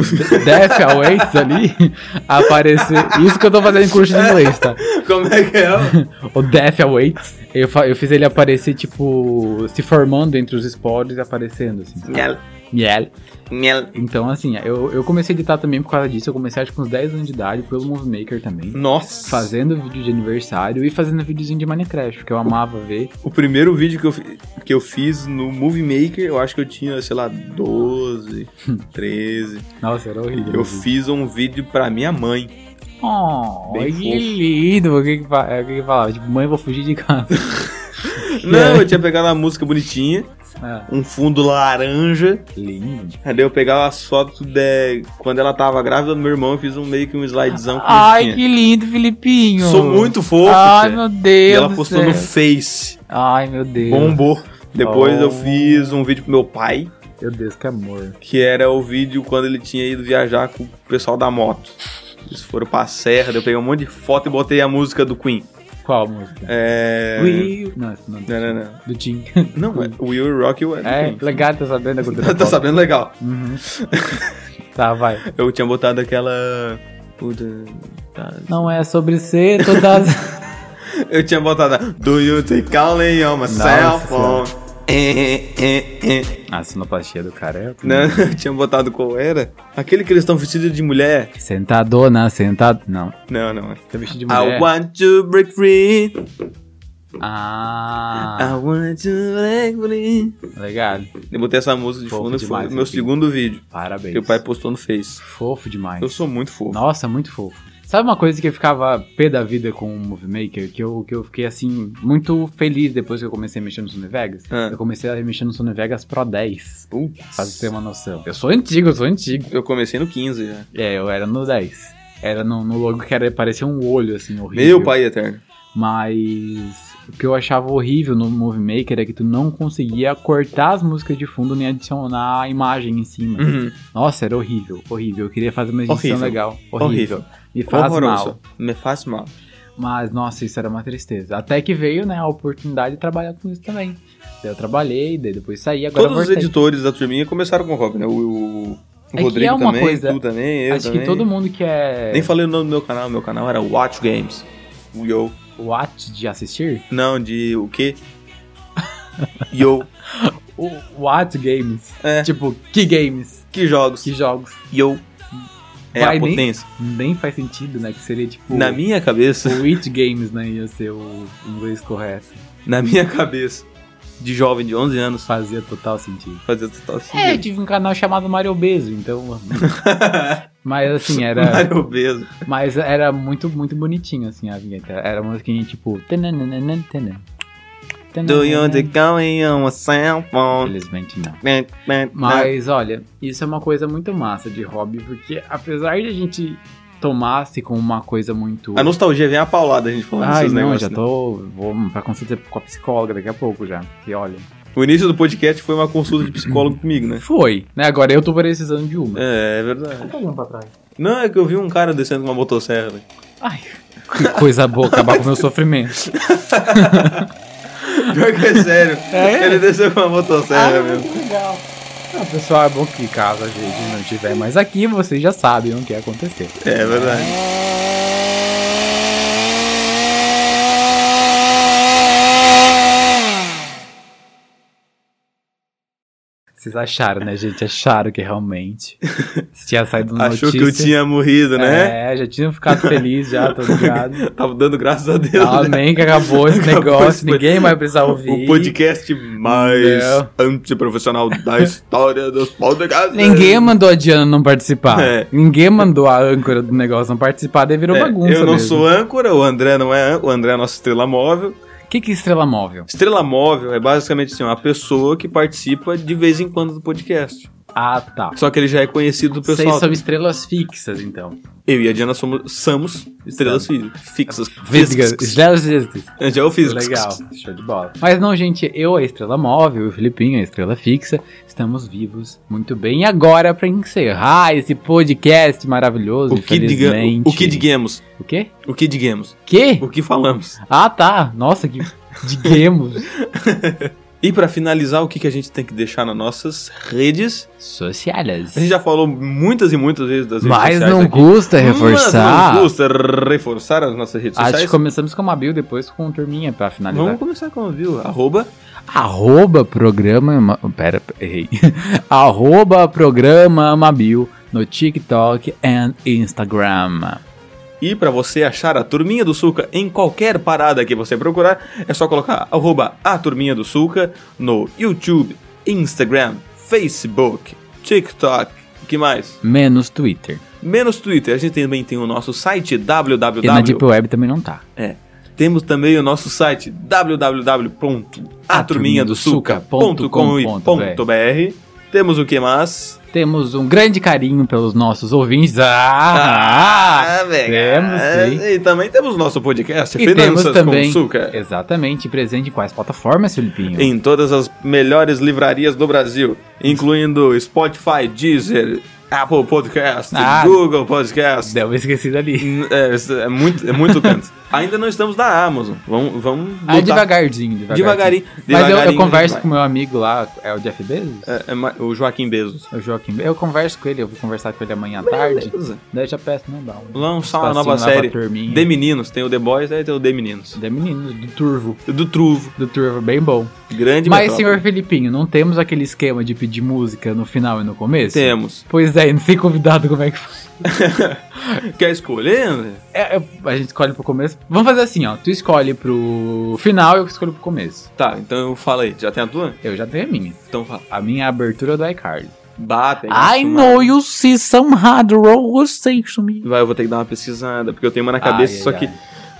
[SPEAKER 2] Death Awaits ali aparecer. Isso que eu tô fazendo em curso de inglês, tá?
[SPEAKER 1] Como é que é?
[SPEAKER 2] O Death Awaits, eu, fa- eu fiz ele aparecer, tipo, se formando entre os esporos e aparecendo, assim.
[SPEAKER 1] Miel,
[SPEAKER 2] Miel.
[SPEAKER 1] miel.
[SPEAKER 2] é, Então, assim, eu, eu comecei a editar também por causa disso. Eu comecei, acho que com uns 10 anos de idade, pelo Movie Maker também.
[SPEAKER 1] Nossa.
[SPEAKER 2] Fazendo vídeo de aniversário e fazendo videozinho de Minecraft, porque eu amava ver.
[SPEAKER 1] O primeiro vídeo que eu, fi- que eu fiz no Movie Maker, eu acho que eu tinha, sei lá, 12, 13.
[SPEAKER 2] Nossa, era horrível.
[SPEAKER 1] Eu fiz um vídeo pra minha mãe.
[SPEAKER 2] Oh,
[SPEAKER 1] Bem
[SPEAKER 2] que
[SPEAKER 1] fofo.
[SPEAKER 2] lindo! O que que, fa- é, o que que falava? Tipo, mãe, eu vou fugir de casa. É.
[SPEAKER 1] Não, eu tinha pegado uma música bonitinha,
[SPEAKER 2] Ah,
[SPEAKER 1] um fundo laranja.
[SPEAKER 2] que lindo.
[SPEAKER 1] Aí daí eu pegava as fotos de quando ela tava grávida do meu irmão, eu fiz um meio que um slidezão com
[SPEAKER 2] Ai,
[SPEAKER 1] musiquinha.
[SPEAKER 2] que lindo, Filipinho!
[SPEAKER 1] Sou muito fofo,
[SPEAKER 2] Ai,
[SPEAKER 1] Fê.
[SPEAKER 2] meu
[SPEAKER 1] E
[SPEAKER 2] Deus!
[SPEAKER 1] ela
[SPEAKER 2] do
[SPEAKER 1] postou
[SPEAKER 2] céu.
[SPEAKER 1] no Face.
[SPEAKER 2] Ai, meu Deus.
[SPEAKER 1] Bombou. Depois
[SPEAKER 2] Oh.
[SPEAKER 1] eu fiz um vídeo pro meu pai,
[SPEAKER 2] Meu Deus, que amor.
[SPEAKER 1] que era o vídeo quando ele tinha ido viajar com o pessoal da moto. Eles foram pra serra, daí eu peguei um monte de foto e botei a música do Queen.
[SPEAKER 2] Qual música?
[SPEAKER 1] É.
[SPEAKER 2] Will. Não, essa não,
[SPEAKER 1] Não, não, não.
[SPEAKER 2] do Tim.
[SPEAKER 1] Não, é Will Rock You.
[SPEAKER 2] É, legal, tá sabendo da cultura
[SPEAKER 1] Tá
[SPEAKER 2] pop.
[SPEAKER 1] sabendo legal.
[SPEAKER 2] Tá, vai.
[SPEAKER 1] Eu tinha botado aquela. Puta. tá.
[SPEAKER 2] Não é sobre ser todas.
[SPEAKER 1] Eu tinha botado. a- Do you think calling on my cell
[SPEAKER 2] Nossa
[SPEAKER 1] phone? Eh, eh, eh, eh.
[SPEAKER 2] a sonoplastia do cara é.
[SPEAKER 1] Não, eu tinha botado qual era? Aquele que eles estão vestidos de mulher.
[SPEAKER 2] Sentadona, né? sentado. Não.
[SPEAKER 1] Não, não. é.
[SPEAKER 2] Tá vestido de mulher.
[SPEAKER 1] I want to break free.
[SPEAKER 2] Ah,
[SPEAKER 1] I want to break free.
[SPEAKER 2] legal.
[SPEAKER 1] Eu botei essa música de
[SPEAKER 2] Fofo
[SPEAKER 1] fundo e foi
[SPEAKER 2] demais,
[SPEAKER 1] o meu
[SPEAKER 2] enfim.
[SPEAKER 1] segundo vídeo.
[SPEAKER 2] Parabéns.
[SPEAKER 1] Que o pai postou no Face.
[SPEAKER 2] Fofo demais.
[SPEAKER 1] Eu sou muito fofo.
[SPEAKER 2] Nossa, muito fofo. Sabe uma coisa que eu ficava pé da vida com o Movie Maker? Que eu, que eu fiquei, assim, muito feliz depois que eu comecei a mexer no Sony Vegas?
[SPEAKER 1] Ah.
[SPEAKER 2] Eu comecei a mexer no Sony Vegas Pro 10.
[SPEAKER 1] Putz.
[SPEAKER 2] Pra você ter uma noção. Eu sou antigo, eu sou antigo.
[SPEAKER 1] Eu comecei no 15 já.
[SPEAKER 2] É, eu era no 10. Era no, no logo que era, parecia um olho, assim, horrível.
[SPEAKER 1] Meu pai eterno.
[SPEAKER 2] Mas o que eu achava horrível no Movie Maker é que tu não conseguia cortar as músicas de fundo nem adicionar a imagem em cima.
[SPEAKER 1] Uhum.
[SPEAKER 2] Nossa, era horrível, horrível. Eu queria fazer uma edição
[SPEAKER 1] Horrível.
[SPEAKER 2] legal. Horrível.
[SPEAKER 1] Horrível.
[SPEAKER 2] Me faz
[SPEAKER 1] Horroroso.
[SPEAKER 2] mal.
[SPEAKER 1] Me faz mal.
[SPEAKER 2] Mas, nossa, isso era uma tristeza. Até que veio, né, a oportunidade de trabalhar com isso também. Daí eu trabalhei, daí depois saí, agora
[SPEAKER 1] Todos os
[SPEAKER 2] voltei.
[SPEAKER 1] editores da turminha começaram com o Rob, né? O, o, o
[SPEAKER 2] É que
[SPEAKER 1] Rodrigo
[SPEAKER 2] é uma
[SPEAKER 1] também,
[SPEAKER 2] coisa-
[SPEAKER 1] tu também, eu
[SPEAKER 2] Acho
[SPEAKER 1] também.
[SPEAKER 2] que todo mundo que é
[SPEAKER 1] Nem falei o nome do meu canal, meu canal era Watch Games. O Yo.
[SPEAKER 2] what de assistir,
[SPEAKER 1] Não, de o quê? Yo.
[SPEAKER 2] o what games,
[SPEAKER 1] É.
[SPEAKER 2] tipo, que games,
[SPEAKER 1] Que jogos?
[SPEAKER 2] que jogos,
[SPEAKER 1] Yo. É a
[SPEAKER 2] Vai né? nem-
[SPEAKER 1] potência.
[SPEAKER 2] nem faz sentido, né, que seria tipo
[SPEAKER 1] Na minha cabeça,
[SPEAKER 2] o it games, né, ia ser o inglês correto.
[SPEAKER 1] na minha cabeça, de jovem de 11 anos,
[SPEAKER 2] Fazia total sentido.
[SPEAKER 1] fazia total
[SPEAKER 2] É, eu
[SPEAKER 1] sentido.
[SPEAKER 2] tive um canal chamado Mario Beso, então. Mas assim, era.
[SPEAKER 1] Mário obeso.
[SPEAKER 2] Mas era muito, muito bonitinho, assim, a vinheta. Era uma musiquinha tipo. tananana, tanana.
[SPEAKER 1] Do
[SPEAKER 2] É.
[SPEAKER 1] you want to go in on a cell phone?
[SPEAKER 2] Infelizmente não. Mas olha, isso é uma coisa muito massa de hobby, porque apesar de a gente tomasse como uma coisa muito.
[SPEAKER 1] A nostalgia vem a paulada a gente falando
[SPEAKER 2] Ai,
[SPEAKER 1] desses
[SPEAKER 2] não,
[SPEAKER 1] negócios.
[SPEAKER 2] já
[SPEAKER 1] né?
[SPEAKER 2] tô. Vou pra consulta com a psicóloga daqui a pouco já. Porque olha.
[SPEAKER 1] O início do podcast foi uma consulta de psicólogo comigo, né?
[SPEAKER 2] Foi, né? Agora eu tô precisando de uma.
[SPEAKER 1] É, é verdade. Não, é que eu vi um cara descendo com uma motosserra. velho.
[SPEAKER 2] Ai, que coisa boa, acabar com o meu sofrimento.
[SPEAKER 1] Pior que é sério. Ele desceu com uma
[SPEAKER 2] Ah.
[SPEAKER 1] motosserra mesmo.
[SPEAKER 2] legal. Não, pessoal, é bom que caso a gente não tiver mais aqui, vocês já sabem o que ia acontecer.
[SPEAKER 1] É verdade.
[SPEAKER 2] Vocês acharam, né, gente? Acharam que realmente tinha saído uma
[SPEAKER 1] Achou
[SPEAKER 2] notícia.
[SPEAKER 1] que eu tinha morrido, né?
[SPEAKER 2] É, já tinham ficado feliz já, tô ligado.
[SPEAKER 1] Tava dando graças a Deus. né?
[SPEAKER 2] Amém, que acabou esse
[SPEAKER 1] Acabou
[SPEAKER 2] negócio,
[SPEAKER 1] esse
[SPEAKER 2] ninguém vai precisar ouvir.
[SPEAKER 1] O podcast mais
[SPEAKER 2] Não.
[SPEAKER 1] antiprofissional da história dos podcasts.
[SPEAKER 2] Ninguém mandou a Diana não participar.
[SPEAKER 1] É.
[SPEAKER 2] Ninguém mandou a âncora do negócio não participar, daí virou
[SPEAKER 1] É,
[SPEAKER 2] bagunça.
[SPEAKER 1] Eu não
[SPEAKER 2] mesmo.
[SPEAKER 1] sou âncora, o André não é âncora, o André é a nossa estrela móvel.
[SPEAKER 2] O que, que é estrela móvel?
[SPEAKER 1] Estrela móvel é basicamente assim, uma pessoa que participa de vez em quando do podcast.
[SPEAKER 2] Ah, tá.
[SPEAKER 1] Só que ele já é conhecido do
[SPEAKER 2] Vocês
[SPEAKER 1] pessoal.
[SPEAKER 2] são estrelas fixas, então.
[SPEAKER 1] Eu e a Diana somos, somos estrelas fi- fixas.
[SPEAKER 2] Físicas. Estrelas fixas.
[SPEAKER 1] Já o fiz.
[SPEAKER 2] Legal, show de bola. Mas não, gente, eu, a estrela móvel, o Filipinho, a estrela fixa, estamos vivos, muito bem. E agora, pra encerrar esse podcast maravilhoso,
[SPEAKER 1] O que, diga,
[SPEAKER 2] infelizmente-
[SPEAKER 1] o que digamos?
[SPEAKER 2] O quê?
[SPEAKER 1] O que digamos?
[SPEAKER 2] Que?
[SPEAKER 1] O que falamos?
[SPEAKER 2] Ah, tá. Nossa, que digamos.
[SPEAKER 1] E pra finalizar, o que, que a gente tem que deixar nas nossas redes?
[SPEAKER 2] Sociais.
[SPEAKER 1] A gente já falou muitas e muitas vezes das redes
[SPEAKER 2] Mas
[SPEAKER 1] sociais
[SPEAKER 2] não
[SPEAKER 1] aqui.
[SPEAKER 2] custa
[SPEAKER 1] Mas
[SPEAKER 2] reforçar.
[SPEAKER 1] não custa reforçar as nossas redes
[SPEAKER 2] Acho que
[SPEAKER 1] sociais.
[SPEAKER 2] começamos com uma bio, depois com o turminha pra finalizar.
[SPEAKER 1] Vamos começar com o view. Arroba
[SPEAKER 2] Arroba programa. Ama- Pera, errei. Arroba programa Amabil no TikTok and Instagram.
[SPEAKER 1] E pra você achar a Turminha do Sulca em qualquer parada que você procurar, é só colocar arroba a Turminha do Sulca no YouTube, Instagram, Facebook, TikTok, que mais?
[SPEAKER 2] Menos Twitter.
[SPEAKER 1] Menos Twitter. A gente também tem o nosso site
[SPEAKER 2] E na Deep
[SPEAKER 1] www.
[SPEAKER 2] Web também não tá.
[SPEAKER 1] É. Temos também o nosso site www.aturminhadosuca.com.br. Temos o que mais?
[SPEAKER 2] Temos um grande carinho pelos nossos ouvintes. Ah! temos sim.
[SPEAKER 1] Ah, E também temos o nosso podcast,
[SPEAKER 2] E temos também.
[SPEAKER 1] com Suca.
[SPEAKER 2] Exatamente. Presente em quais plataformas, Filipinho?
[SPEAKER 1] em todas as melhores livrarias do Brasil, incluindo Spotify, Deezer, Apple Podcast,
[SPEAKER 2] Ah.
[SPEAKER 1] Google Podcast.
[SPEAKER 2] Deu uma esquecida ali.
[SPEAKER 1] N- É, isso é muito, é muito canto. Ainda não estamos na Amazon. Vamos, vamos
[SPEAKER 2] Ah,
[SPEAKER 1] lutar.
[SPEAKER 2] devagarzinho, devagarzinho.
[SPEAKER 1] Devagarinho,
[SPEAKER 2] Mas eu- eu,
[SPEAKER 1] devagarinho,
[SPEAKER 2] converso
[SPEAKER 1] vai.
[SPEAKER 2] com o meu amigo lá, é o Jeff Bezos?
[SPEAKER 1] É, é ma- o Joaquim Bezos.
[SPEAKER 2] O Joaquim. Eu converso com ele, eu vou conversar com ele amanhã à tarde. Daí eu já peço, não dá. Um
[SPEAKER 1] Lançar uma
[SPEAKER 2] espacinho
[SPEAKER 1] nova
[SPEAKER 2] lá pra
[SPEAKER 1] série.
[SPEAKER 2] turminha.
[SPEAKER 1] The Meninos. Tem o The Boys, aí tem o The Meninos.
[SPEAKER 2] De meninos, é do Turvo.
[SPEAKER 1] Do Truvo.
[SPEAKER 2] Do Turvo, bem bom.
[SPEAKER 1] Grande
[SPEAKER 2] Mas,
[SPEAKER 1] metrópole.
[SPEAKER 2] senhor Felipinho, não temos aquele esquema de pedir música no final e no começo?
[SPEAKER 1] Temos.
[SPEAKER 2] Pois é, não sei convidado como é que faz.
[SPEAKER 1] Quer escolher, André?
[SPEAKER 2] É, é, a gente escolhe pro começo. Vamos fazer assim, ó. Tu escolhe pro final e eu escolho pro começo.
[SPEAKER 1] Tá, então eu falo aí. Já tem a tua?
[SPEAKER 2] Eu já tenho a minha.
[SPEAKER 1] Então fala.
[SPEAKER 2] A minha é a abertura do iCard.
[SPEAKER 1] Bata.
[SPEAKER 2] I know you see some hard roll station me.
[SPEAKER 1] Vai, eu vou ter que dar uma pesquisada, porque eu tenho uma na cabeça,
[SPEAKER 2] Ai,
[SPEAKER 1] só
[SPEAKER 2] ai,
[SPEAKER 1] que.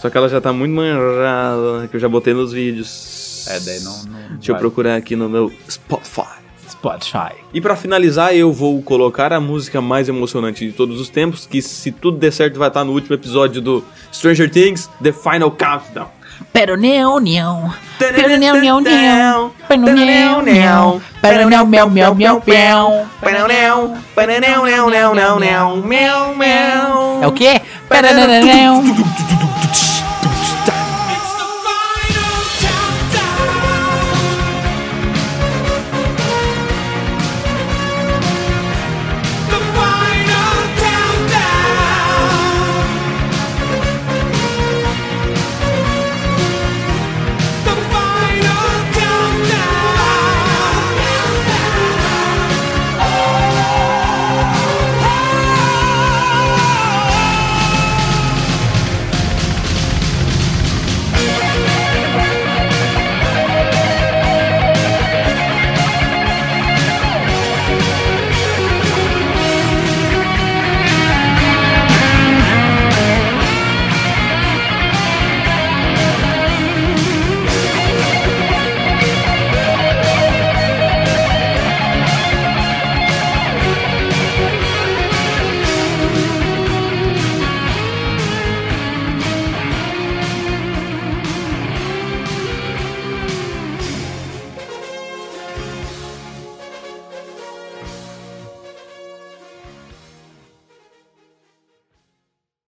[SPEAKER 1] Só que ela já tá muito manjada, que eu já botei nos vídeos.
[SPEAKER 2] É, daí não- não
[SPEAKER 1] Deixa eu
[SPEAKER 2] vai.
[SPEAKER 1] procurar aqui no meu Spotify.
[SPEAKER 2] Spotify.
[SPEAKER 1] E pra finalizar, eu vou colocar a música mais emocionante de todos os tempos, que se tudo der certo vai estar no último episódio do Stranger Things, The Final Countdown.
[SPEAKER 8] Pero não, não. Pero não, não, não. Pero não, não. Pero não, meu, meu, meu, meu. É o
[SPEAKER 1] É
[SPEAKER 8] quê? Pero não, não, não.
[SPEAKER 4] Oh,